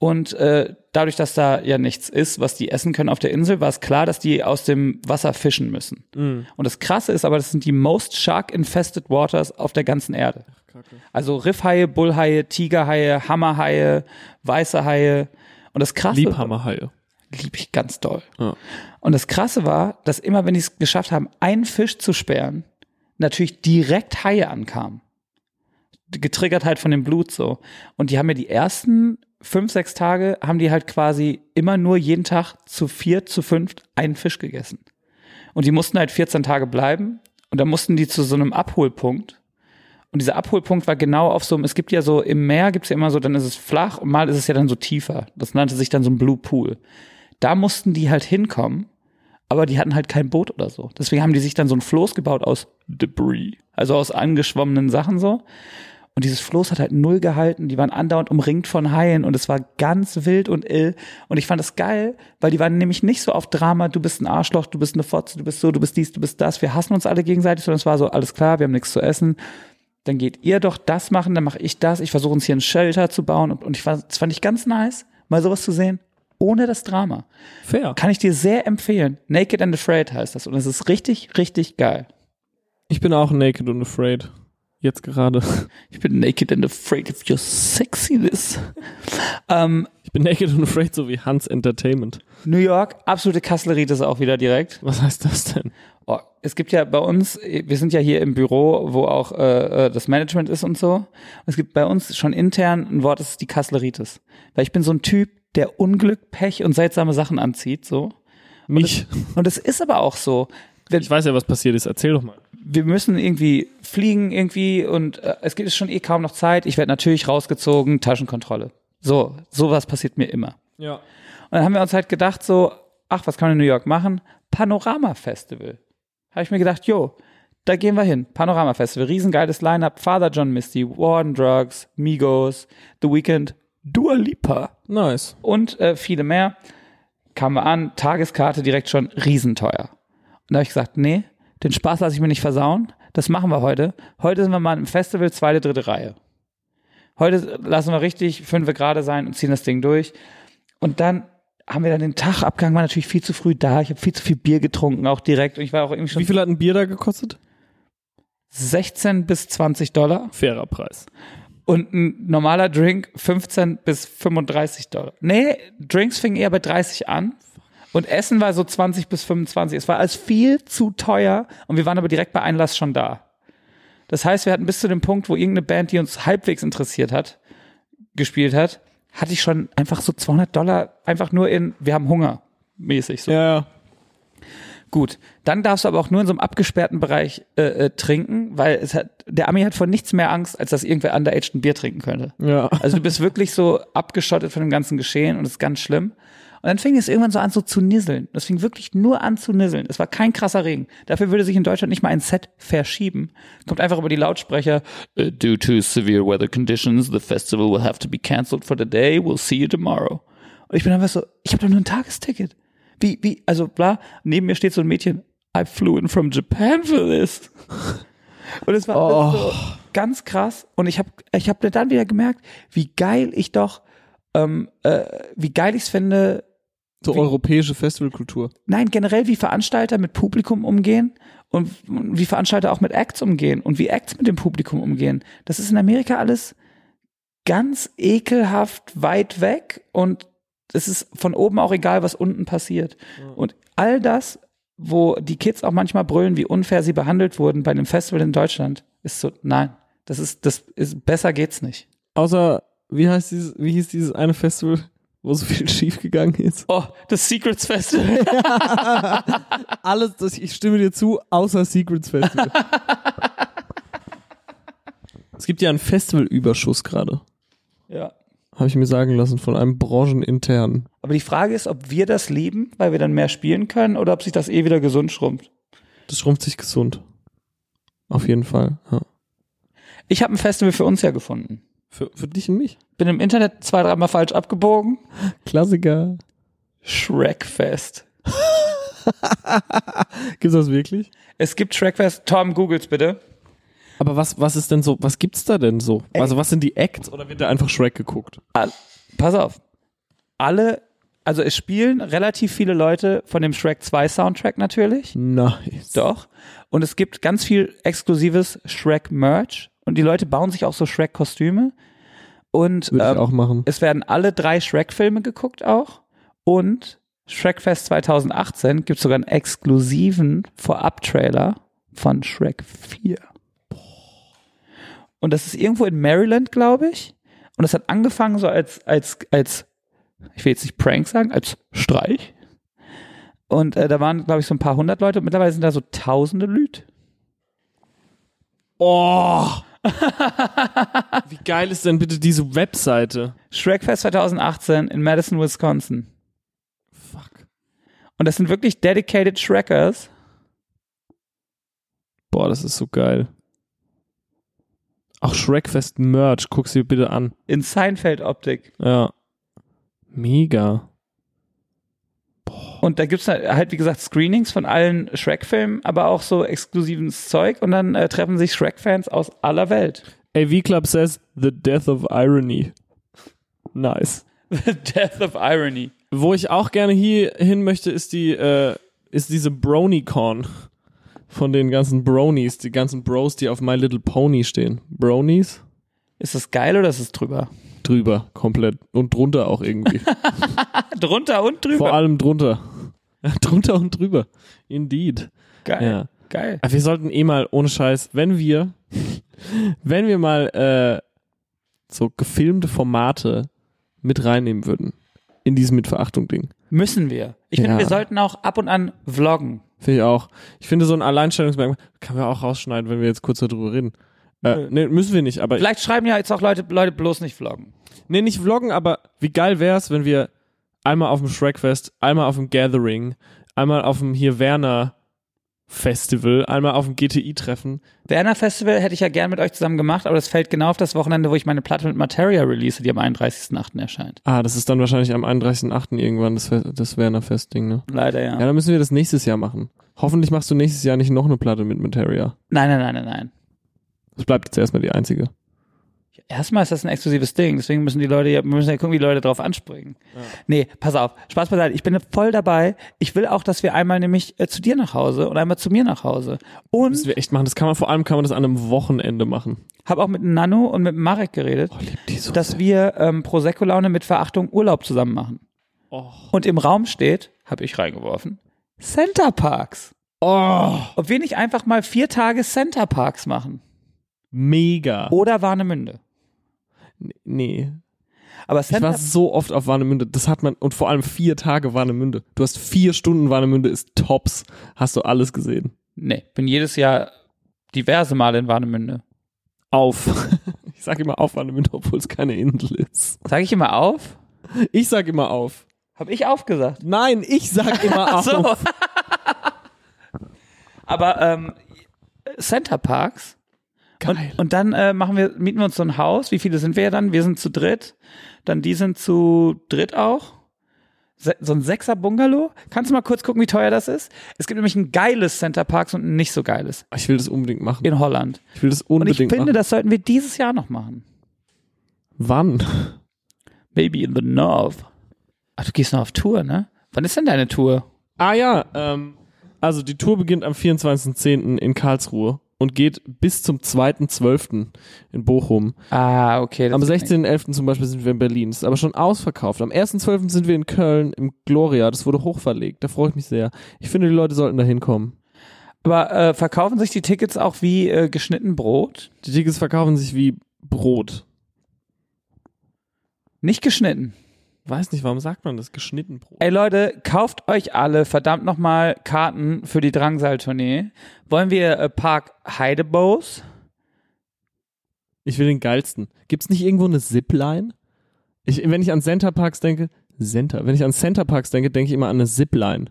S1: Und äh, dadurch, dass da ja nichts ist, was die essen können auf der Insel, war es klar, dass die aus dem Wasser fischen müssen. Und das Krasse ist aber, das sind die most shark-infested waters auf der ganzen Erde. Also Riffhaie, Bullhaie, Tigerhaie, Hammerhaie, weiße Haie. Und das Krasse
S2: Liebhammerhaie.
S1: lieb ich ganz doll.
S2: Ja.
S1: Und das Krasse war, dass immer, wenn die es geschafft haben, einen Fisch zu sperren, natürlich direkt Haie ankamen. Getriggert halt von dem Blut so. Und die haben ja die ersten fünf, sechs Tage, haben die halt quasi immer nur jeden Tag zu vier, zu fünf einen Fisch gegessen. Und die mussten halt 14 Tage bleiben. Und dann mussten die zu so einem Abholpunkt. Und dieser Abholpunkt war genau auf so einem, es gibt ja so, im Meer gibt's ja immer so, dann ist es flach und mal ist es ja dann so tiefer. Das nannte sich dann so ein Blue Pool. Da mussten die halt hinkommen, aber die hatten halt kein Boot oder so. Deswegen haben die sich dann so ein Floß gebaut aus Debris, also aus angeschwommenen Sachen so. Und dieses Floß hat halt null gehalten, die waren andauernd umringt von Haien und es war ganz wild und ill. Und ich fand es geil, weil die waren nämlich nicht so auf Drama, du bist ein Arschloch, du bist eine Fotze, du bist so, du bist dies, du bist das, wir hassen uns alle gegenseitig, sondern es war so, alles klar, wir haben nichts zu essen, dann geht ihr doch das machen, dann mache ich das. Ich versuche uns hier einen Shelter zu bauen. Und, und ich fand, das fand ich ganz nice, mal sowas zu sehen, ohne das Drama.
S2: Fair.
S1: Kann ich dir sehr empfehlen. Naked and Afraid heißt das. Und es ist richtig, richtig geil.
S2: Ich bin auch naked und afraid. Jetzt gerade.
S1: Ich bin naked and afraid of your sexiness. ähm,
S2: Ich bin naked und afraid, so wie Hans Entertainment.
S1: New York, absolute Kasslerie, das auch wieder direkt.
S2: Was heißt das denn?
S1: Oh, es gibt ja bei uns, wir sind ja hier im Büro, wo auch äh, äh, das Management ist und so. Es gibt bei uns schon intern ein Wort, das ist die Kassleritis. Weil ich bin so ein Typ, der Unglück, Pech und seltsame Sachen anzieht, so.
S2: Mich.
S1: Und es ist aber auch so. Wenn,
S2: Ich weiß ja, was passiert ist. Erzähl doch mal.
S1: wir müssen irgendwie fliegen irgendwie und äh, es gibt schon eh kaum noch Zeit. Ich werde natürlich rausgezogen, Taschenkontrolle. So, sowas passiert mir immer.
S2: Ja.
S1: Und dann haben wir uns halt gedacht so, ach, was kann man in New York machen? Panorama Festival. Habe ich mir gedacht, jo, da gehen wir hin. Panorama Festival, riesengeiles Line-Up. Father John Misty, War on Drugs, Migos, The Weeknd, Dua Lipa
S2: Nice.
S1: und äh, viele mehr. Kamen wir an, Tageskarte direkt schon riesenteuer. Und da habe ich gesagt, nee, den Spaß lasse ich mir nicht versauen. Das machen wir heute. Heute sind wir mal im Festival, zweite, dritte Reihe. Heute lassen wir richtig fünfe gerade sein und ziehen das Ding durch. Und dann haben wir dann den Tagabgang, war natürlich viel zu früh da. Ich habe viel zu viel Bier getrunken, auch direkt. Und ich war auch irgendwie
S2: Wie
S1: schon
S2: viel hat ein Bier da gekostet?
S1: 16 bis 20 Dollar.
S2: Fairer Preis.
S1: Und ein normaler Drink 15 bis 35 Dollar. Nee, Drinks fingen eher bei 30 an. Und Essen war so 20 bis 25. Es war alles viel zu teuer. Und wir waren aber direkt bei Einlass schon da. Das heißt, wir hatten bis zu dem Punkt, wo irgendeine Band, die uns halbwegs interessiert hat, gespielt hat, hatte ich schon einfach so 200 Dollar einfach nur in, wir haben Hunger mäßig. So.
S2: Ja.
S1: Gut, dann darfst du aber auch nur in so einem abgesperrten Bereich äh, äh, trinken, weil es hat, der Ami hat vor nichts mehr Angst, als dass irgendwer underaged ein Bier trinken könnte.
S2: Ja.
S1: Also du bist wirklich so abgeschottet von dem ganzen Geschehen und das ist ganz schlimm. Und dann fing es irgendwann so an, so zu nisseln. Das fing wirklich nur an zu nisseln. Es war kein krasser Regen. Dafür würde sich in Deutschland nicht mal ein Set verschieben. Kommt einfach über die Lautsprecher. "Uh, Due to severe weather conditions, the festival will have to be cancelled for the day. We'll see you tomorrow. Und ich bin einfach so, ich habe doch nur ein Tagesticket. Wie, wie, also bla. Neben mir steht so ein Mädchen. I flew in from Japan for this. Und es war alles so ganz krass. Und ich habe ich hab dann wieder gemerkt, wie geil ich doch, ähm, äh, wie geil ich es finde,
S2: So
S1: Wie-
S2: europäische Festivalkultur.
S1: Nein, generell, wie Veranstalter mit Publikum umgehen und wie Veranstalter auch mit Acts umgehen und wie Acts mit dem Publikum umgehen. Das ist in Amerika alles ganz ekelhaft weit weg und es ist von oben auch egal, was unten passiert. Und all das, wo die Kids auch manchmal brüllen, wie unfair sie behandelt wurden bei einem Festival in Deutschland, ist so, nein, das ist, das ist, besser geht's nicht.
S2: Außer, wie heißt dieses, wie hieß dieses eine Festival, wo so viel schief gegangen ist?
S1: Oh, das Secrets Festival.
S2: Alles, das, ich stimme dir zu, außer Secrets Festival. es gibt ja einen Festivalüberschuss gerade.
S1: ja.
S2: Habe ich mir sagen lassen von einem brancheninternen.
S1: Aber die Frage ist, ob wir das lieben, weil wir dann mehr spielen können, oder ob sich das eh wieder gesund schrumpft.
S2: Das schrumpft sich gesund. Auf jeden Fall. Ja.
S1: Ich habe ein Festival für uns ja gefunden.
S2: Für, für dich und mich.
S1: Bin im Internet zwei, dreimal falsch abgebogen.
S2: Klassiker.
S1: Shrekfest.
S2: Gibt's das wirklich?
S1: Es gibt Shrekfest. Tom, googles bitte.
S2: Aber was, was ist denn so, was gibt's da denn so?
S1: Ey.
S2: Also was sind die Acts oder wird da einfach Shrek geguckt?
S1: All, pass auf. Alle, also es spielen relativ viele Leute von dem Shrek 2 Soundtrack natürlich.
S2: Nice.
S1: Doch. Und es gibt ganz viel exklusives Shrek-Merch. Und die Leute bauen sich auch so Shrek-Kostüme. Und
S2: Würde
S1: ähm,
S2: ich auch machen.
S1: Es werden alle drei Shrek-Filme geguckt auch. Und Shrekfest 2018 gibt es sogar einen exklusiven Vorab-Trailer von Shrek 4. Und das ist irgendwo in Maryland, glaube ich. Und das hat angefangen so als, als, als, ich will jetzt nicht Prank sagen, als Streich. Und äh, da waren, glaube ich, so ein paar hundert Leute. Und mittlerweile sind da so tausende Lüt.
S2: Oh! Wie geil ist denn bitte diese Webseite?
S1: Shrekfest 2018 in Madison, Wisconsin.
S2: Fuck.
S1: Und das sind wirklich dedicated Shrekers.
S2: Boah, das ist so geil. Auch Shrekfest Merch, guck's dir bitte an.
S1: in Seinfeld-Optik.
S2: Ja. Mega.
S1: Und da gibt's halt, halt, wie gesagt, Screenings von allen Shrek-Filmen, aber auch so exklusives Zeug. Und dann äh, treffen sich Shrek-Fans aus aller Welt.
S2: AV Club says The Death of Irony. Nice.
S1: The Death of Irony.
S2: Wo ich auch gerne hier hin möchte, ist die, äh, ist diese Bronycon von den ganzen Bronies, die ganzen Bros, die auf My Little Pony stehen. Bronies?
S1: Ist das geil oder ist es drüber?
S2: Drüber, komplett. Und drunter auch irgendwie.
S1: Drunter und drüber.
S2: Vor allem drunter. Ja, drunter und drüber. Indeed.
S1: geil.
S2: Ja.
S1: Geil.
S2: Aber wir sollten eh mal, ohne Scheiß, wenn wir, wenn wir mal äh, so gefilmte Formate mit reinnehmen würden. In diesem Mit-Verachtung-Ding.
S1: Müssen wir. Ich finde,
S2: Ja.
S1: wir sollten auch ab und an vloggen.
S2: Finde ich auch. Ich finde so ein Alleinstellungsmerkmal, kann man auch rausschneiden, wenn wir jetzt kurz darüber reden. Äh, nee, müssen wir nicht, aber.
S1: Vielleicht schreiben ja jetzt auch Leute, Leute bloß nicht vloggen.
S2: Nee, nicht vloggen, aber wie geil wär's, wenn wir einmal auf dem Shrekfest, einmal auf dem Gathering, einmal auf dem hier Werner Festival, einmal auf dem GTI-Treffen.
S1: Werner Festival hätte ich ja gern mit euch zusammen gemacht, aber das fällt genau auf das Wochenende, wo ich meine Platte mit Materia release, die am 31.8. erscheint.
S2: Ah, das ist dann wahrscheinlich am 31.8. irgendwann das, Fe- das Werner Fest-Ding, ne?
S1: Leider
S2: Ja, dann müssen wir das nächstes Jahr machen. Hoffentlich machst du nächstes Jahr nicht noch eine Platte mit Materia.
S1: Nein, nein, nein, nein, nein.
S2: Das bleibt jetzt erstmal die einzige.
S1: Erstmal ist das ein exklusives Ding, deswegen müssen die Leute ja, wir müssen ja gucken, wie die Leute drauf anspringen. Nee, pass auf, Spaß beiseite, ich bin voll dabei. Ich will auch, dass wir einmal nämlich äh, zu dir nach Hause und einmal zu mir nach Hause.
S2: Das
S1: Und
S2: wir echt machen. Das kann man vor allem kann man das an einem Wochenende machen.
S1: habe auch mit Nano und mit Marek geredet,
S2: Oh, lieb die so.
S1: dass wir ähm, Prosecco Laune mit Verachtung Urlaub zusammen machen.
S2: oh.
S1: Und im Raum steht, habe ich reingeworfen, Center Parks.
S2: oh,
S1: Ob wir nicht einfach mal vier Tage Center Parks machen
S2: mega.
S1: oder Warnemünde.
S2: Nee.
S1: Aber
S2: Ich
S1: Center
S2: war so oft auf Warnemünde. Das hat man und vor allem vier Tage Warnemünde. Du hast vier Stunden Warnemünde ist tops. Hast du alles gesehen?
S1: nee, bin jedes Jahr diverse Male in Warnemünde.
S2: Auf. Ich sag immer auf Warnemünde, obwohl es keine Insel ist.
S1: Sage ich immer auf?
S2: Ich sag immer auf.
S1: Hab ich aufgesagt.
S2: Nein, ich sag immer auf.
S1: So. Aber ähm, Center Parks.
S2: Geil.
S1: Und, und dann äh, machen wir, mieten wir uns so ein Haus. Wie viele sind wir dann? Wir sind zu dritt. Dann die sind zu dritt auch. Se so ein sechser Bungalow. Kannst du mal kurz gucken, wie teuer das ist? Es gibt nämlich ein geiles Center Parks und ein nicht so geiles
S2: Ich will das unbedingt machen.
S1: in Holland.
S2: Ich will das
S1: Und ich
S2: unbedingt
S1: finde,
S2: machen.
S1: das sollten wir dieses Jahr noch machen.
S2: Wann?
S1: Maybe in the North. Ach, du gehst noch auf Tour, ne? Wann ist denn deine Tour?
S2: Ah ja, ähm, also die Tour beginnt am 24.10. in Karlsruhe und geht bis zum 2.12. in Bochum.
S1: Ah, okay. das
S2: Am
S1: ist
S2: 16.11. zum Beispiel sind wir in Berlin. Ist aber schon ausverkauft. Am 1.12. sind wir in Köln im Gloria. Das wurde hochverlegt. Da freue ich mich sehr. Ich finde, die Leute sollten da hinkommen.
S1: Aber äh, verkaufen sich die Tickets auch wie äh, geschnitten Brot?
S2: Die Tickets verkaufen sich wie Brot.
S1: Nicht geschnitten.
S2: Weiß nicht, warum sagt man das? Geschnitten Brot.
S1: Ey Leute, kauft euch alle verdammt nochmal Karten für die Drangsal-Tournee. Wollen wir äh, Park Heidebos?
S2: Ich will den geilsten. Gibt's nicht irgendwo eine Zipline? Ich, wenn ich an Centerparks denke, Center. Wenn ich an Centerparks denke, denke ich immer an eine Zipline.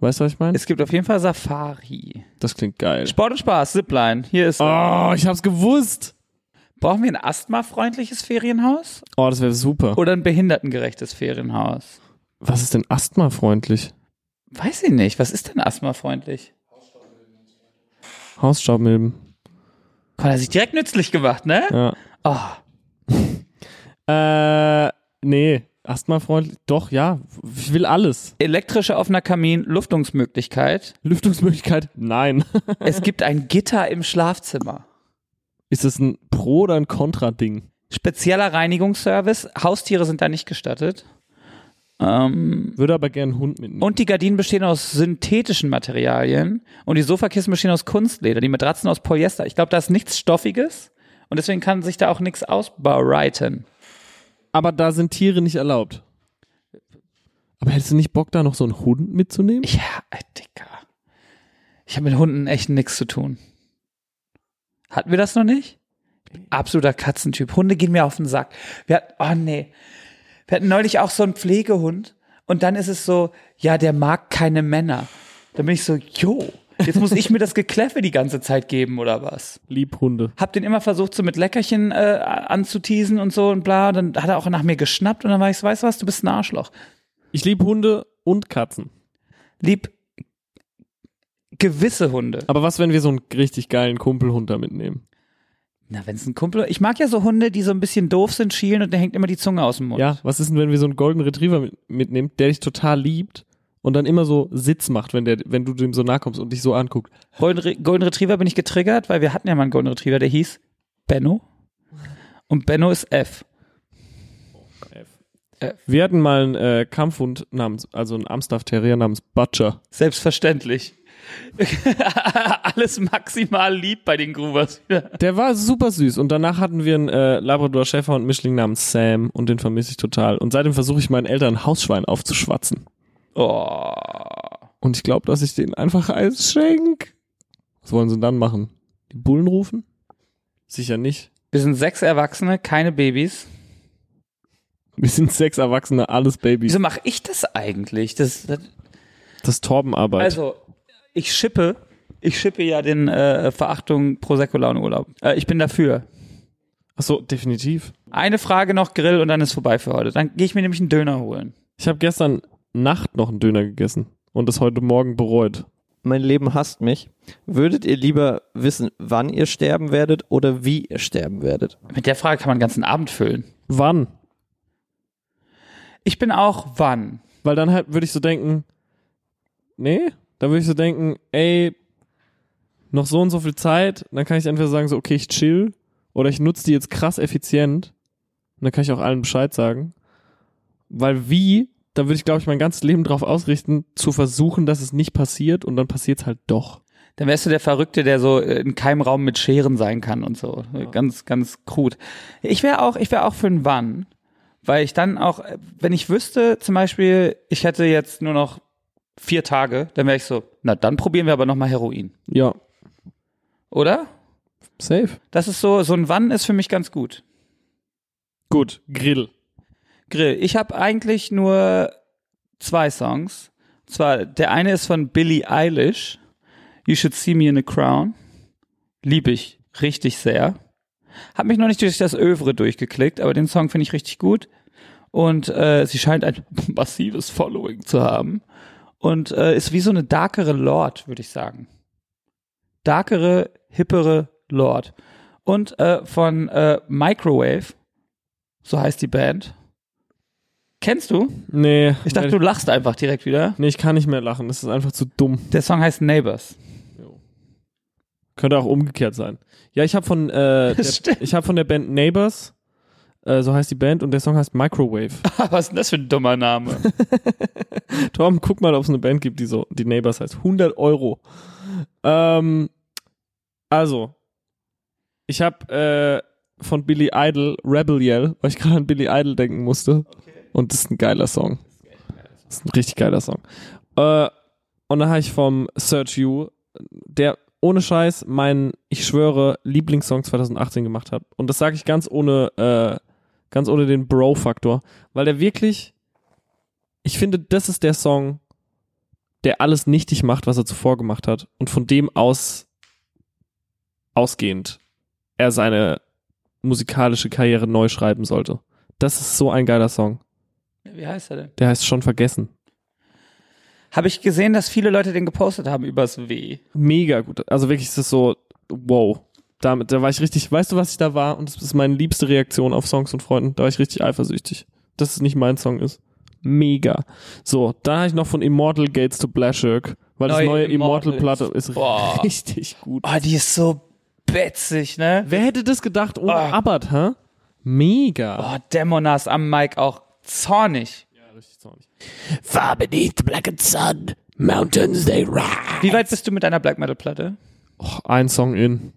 S2: Weißt du, was ich meine?
S1: Es gibt auf jeden Fall Safari.
S2: Das klingt geil.
S1: Sport und Spaß, Zipline. Hier ist.
S2: Oh, ich hab's gewusst.
S1: Brauchen wir ein asthmafreundliches Ferienhaus
S2: Oh, das wäre super.
S1: oder ein behindertengerechtes Ferienhaus?
S2: Was ist denn asthmafreundlich?
S1: Weiß ich nicht. Was ist denn asthmafreundlich?
S2: Hausstaubmilben.
S1: Gott, hat er sich direkt nützlich gemacht, ne?
S2: Ja.
S1: Oh.
S2: Äh, nee. Asthmafreundlich. Doch, ja. Ich will alles.
S1: Elektrischer offener Kamin, Luftungsmöglichkeit.
S2: Lüftungsmöglichkeit? Nein.
S1: Es gibt ein Gitter im Schlafzimmer.
S2: Ist das ein Pro- oder ein Kontra-Ding?
S1: Spezieller Reinigungsservice. Haustiere sind da nicht gestattet. Ähm,
S2: Würde aber gerne einen Hund mitnehmen.
S1: und die Gardinen bestehen aus synthetischen Materialien und die Sofakissen bestehen aus Kunstleder, die Matratzen aus Polyester. Ich glaube, da ist nichts Stoffiges und deswegen kann sich da auch nichts ausbereiten.
S2: Aber da sind Tiere nicht erlaubt. Aber hättest du nicht Bock, da noch so einen Hund mitzunehmen?
S1: Ja, ey, Dicker. Ich habe mit Hunden echt nichts zu tun. Hatten wir das noch nicht? Ich bin absoluter Katzentyp. Hunde gehen mir auf den Sack. Wir hatten, oh nee. Wir hatten neulich auch so einen Pflegehund und dann ist es so, ja, der mag keine Männer. Da bin ich so, jo, jetzt muss ich mir das Gekläffe die ganze Zeit geben oder was?
S2: Lieb Hunde.
S1: Hab den immer versucht, so mit Leckerchen äh, anzuteasen und so und bla. Dann hat er auch nach mir geschnappt und dann war ich so, weißt du was, du bist ein Arschloch.
S2: Ich liebe Hunde und Katzen.
S1: Lieb gewisse Hunde.
S2: Aber was, wenn wir so einen richtig geilen Kumpelhund da mitnehmen?
S1: Na, wenn es ein Kumpel. Ich mag ja so Hunde, die so ein bisschen doof sind, schielen und der hängt immer die Zunge aus dem Mund.
S2: Ja, was ist denn, wenn wir so einen Golden Retriever mit, mitnehmen, der dich total liebt und dann immer so Sitz macht, wenn, der, wenn du dem so nahe kommst und dich so anguckt?
S1: Golden, Re Golden Retriever bin ich getriggert, weil wir hatten ja mal einen Golden Retriever, der hieß Benno. Und Benno ist F.
S2: Wir hatten mal einen äh, Kampfhund namens, also einen Amstaff Terrier namens Butcher.
S1: Selbstverständlich. Alles maximal lieb bei den Groovers.
S2: Der war super süß und danach hatten wir einen äh, Labrador Schäferhund Mischling namens Sam und den vermisse ich total. Und seitdem versuche ich meinen Eltern ein Hausschwein aufzuschwatzen.
S1: Oh.
S2: Und ich glaube, dass ich denen einfach eins schenk. Was wollen sie dann machen? Die Bullen rufen? Sicher nicht.
S1: Wir sind sechs Erwachsene, keine Babys.
S2: Wir sind sechs Erwachsene, alles Babys.
S1: Wieso mache ich das eigentlich? Das, das,
S2: Das ist Torbenarbeit.
S1: Also, ich schippe, ich schippe ja den äh, Verachtung Prosecco Laune Urlaub. Äh, ich bin dafür.
S2: Ach so, definitiv.
S1: Eine Frage noch Grill und dann ist vorbei für heute. Dann gehe ich mir nämlich einen Döner holen.
S2: Ich habe gestern Nacht noch einen Döner gegessen und das heute Morgen bereut.
S3: Mein Leben hasst mich. Würdet ihr lieber wissen, wann ihr sterben werdet oder wie ihr sterben werdet?
S1: Mit der Frage kann man den ganzen Abend füllen.
S2: Wann?
S1: Ich bin auch wann?
S2: Weil dann halt würde ich so denken, nee, dann würde ich so denken, ey, noch so und so viel Zeit, dann kann ich entweder sagen, so, okay, ich chill, oder ich nutze die jetzt krass effizient, und dann kann ich auch allen Bescheid sagen. Weil wie, da würde ich, glaube ich, mein ganzes Leben drauf ausrichten, zu versuchen, dass es nicht passiert, und dann passiert es halt doch.
S1: Dann wärst du der Verrückte, der so äh, in keinem Raum mit Scheren sein kann und so. Ganz, ganz krud. Ich wäre auch, ich wäre auch für ein Wann. Weil ich dann auch, äh, wenn ich wüsste, zum Beispiel, ich hätte jetzt nur noch vier Tage, dann wäre ich so, na dann probieren wir aber nochmal Heroin.
S2: Ja,
S1: Oder?
S2: safe.
S1: Das ist so, so ein Wann ist für mich ganz gut.
S2: Gut, Grill.
S1: Grill. Ich habe eigentlich nur zwei Songs. Und zwar, der eine ist von Billie Eilish. You Should See Me in a Crown. Liebe ich richtig sehr. Hab mich noch nicht durch das Övre durchgeklickt, aber den Song finde ich richtig gut. Und äh, sie scheint ein massives Following zu haben. Und äh, ist wie so eine darkere Lord, würde ich sagen. Darkere, hippere Lord. Und äh, von äh, Microwave, so heißt die Band. Kennst du?
S2: Nee.
S1: Ich dachte, du
S2: nee,
S1: lachst einfach direkt wieder.
S2: nee, ich kann nicht mehr lachen. Das ist einfach zu dumm.
S1: Der Song heißt Neighbors.
S2: Könnte auch umgekehrt sein. Ja, ich habe von, äh,
S1: Das
S2: der,
S1: stimmt.
S2: ich habe von der Band Neighbors, äh, so heißt die Band, und der Song heißt Microwave.
S1: Was ist denn das für ein dummer Name?
S2: Tom, guck mal, ob es eine Band gibt, die so, die Neighbors heißt. 100 Euro. Ähm, also, ich habe äh, von Billy Idol Rebel Yell, weil ich gerade an Billy Idol denken musste. Und das ist ein geiler Song. Das ist ein richtig geiler Song. Äh, und dann habe ich vom Search You, der ohne Scheiß mein, ich schwöre, Lieblingssong 2018 gemacht hat. Und das sage ich ganz ohne, äh, ganz ohne den Bro-Faktor, weil der wirklich, ich finde, das ist der Song, der alles nichtig macht, was er zuvor gemacht hat. Und von dem aus, ausgehend, er seine musikalische Karriere neu schreiben sollte. Das ist so ein geiler Song.
S1: Wie heißt er denn?
S2: Der heißt schon vergessen.
S1: Habe ich gesehen, dass viele Leute den gepostet haben übers W.
S2: Mega gut. Also wirklich ist das so, wow. Damit, da war ich richtig, weißt du, was ich da war? Und das ist meine liebste Reaktion auf Songs und Freunden. Da war ich richtig eifersüchtig, dass es nicht mein Song ist. Mega. So, da habe ich noch von Immortal Gates to Blashirk, weil das
S1: Neue
S2: neue Ah.
S1: Immortals.
S2: Immortal-Platte ist
S1: Boah.
S2: richtig gut.
S1: Oh, die ist so betzig, ne?
S2: Wer hätte das gedacht ohne
S1: Ah.
S2: Abbott, hä? Mega.
S1: Oh, Demonas am Mic auch zornig.
S2: Far beneath the blackened sun, mountains they rise.
S1: Wie weit bist du mit deiner Black Metal Platte?
S2: Och, ein Song in.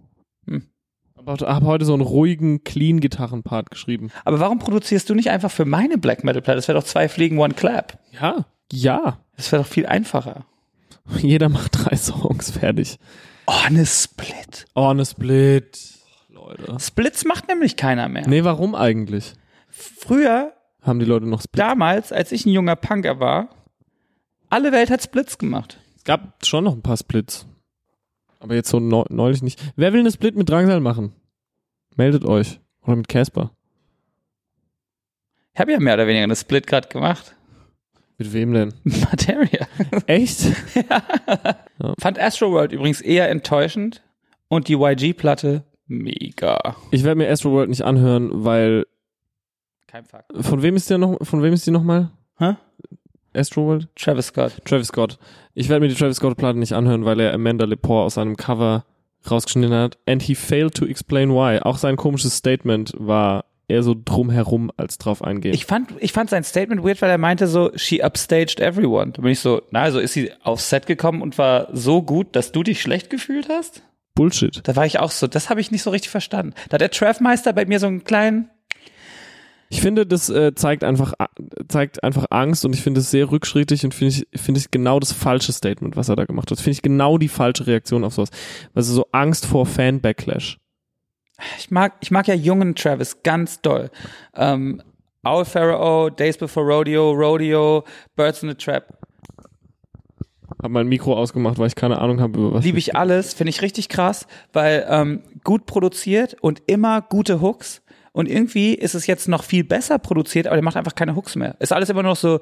S1: Hm.
S2: Aber ich habe heute so einen ruhigen, clean Gitarrenpart geschrieben.
S1: Aber warum produzierst du nicht einfach für meine Black Metal Platte? Das wäre doch zwei Fliegen, one clap.
S2: Ja. Ja.
S1: Das wäre doch viel einfacher.
S2: Jeder macht drei Songs fertig.
S1: Oh, eine Split.
S2: On a Split. Leute.
S1: Splits macht nämlich keiner mehr.
S2: Nee, warum eigentlich?
S1: Früher
S2: Haben die Leute noch Split?
S1: damals, als ich ein junger Punker war, alle Welt hat Splits gemacht.
S2: Es gab schon noch ein paar Splits. Aber jetzt so neu- neulich nicht. Wer will eine Split mit Drangsal machen? Meldet euch. Oder mit Casper.
S1: Ich habe ja mehr oder weniger eine Split gerade gemacht.
S2: Mit wem denn?
S1: Materia.
S2: Echt?
S1: Fand Astroworld übrigens eher enttäuschend und die YG-Platte mega.
S2: Ich werde mir Astro World nicht anhören, weil
S1: Kein Fakt.
S2: von wem ist der noch von wem ist die nochmal?
S1: Hä?
S2: Astro World?
S1: Travis Scott.
S2: Travis Scott. Ich werde mir die Travis Scott Platte nicht anhören, weil er Amanda Lepore aus seinem Cover rausgeschnitten hat. And he failed to explain why. Auch sein komisches Statement war eher so drumherum als drauf eingehen.
S1: Ich fand, ich fand sein Statement weird, weil er meinte so, she upstaged everyone. Da bin ich so, na, also ist sie aufs Set gekommen und war so gut, dass du dich schlecht gefühlt hast?
S2: Bullshit.
S1: Da war ich auch so, das habe ich nicht so richtig verstanden. Da hat der Travmeister bei mir so einen kleinen,
S2: Ich finde, das äh, zeigt einfach a- zeigt einfach Angst und ich finde es sehr rückschrittlich und finde ich finde ich genau das falsche Statement, was er da gemacht hat. Finde ich genau die falsche Reaktion auf sowas. Also so Angst vor Fan Backlash.
S1: ich mag, ich mag ja jungen Travis ganz doll. Ähm, Owl Pharaoh, Days Before Rodeo, Rodeo, Birds in the Trap.
S2: Hab mein Mikro ausgemacht, weil ich keine Ahnung habe über was.
S1: Liebe ich alles, finde ich richtig krass, weil ähm, gut produziert und immer gute Hooks. Und irgendwie ist es jetzt noch viel besser produziert, aber der macht einfach keine Hooks mehr. Ist alles immer noch so.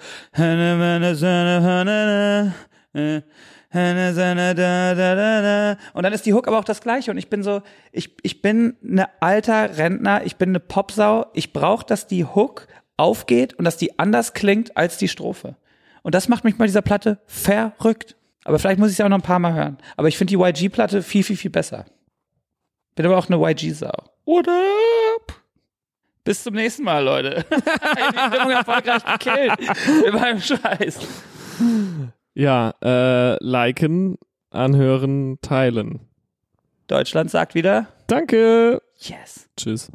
S1: Und dann ist die Hook aber auch das gleiche. Und ich bin so, ich, ich bin eine alter Rentner, ich bin eine Popsau. Ich brauche, dass die Hook aufgeht und dass die anders klingt als die Strophe. Und das macht mich bei dieser Platte verrückt. Aber vielleicht muss ich sie auch noch ein paar Mal hören. Aber ich finde die YG-Platte viel, viel, viel besser. Bin aber auch eine YG-Sau. What up? Bis zum nächsten Mal, Leute. Die Stimmung erfolgreich gekillt. Mit meinem Scheiß.
S2: Ja, äh, liken, anhören, teilen.
S1: Deutschland sagt wieder
S2: Danke.
S1: Yes.
S2: Tschüss.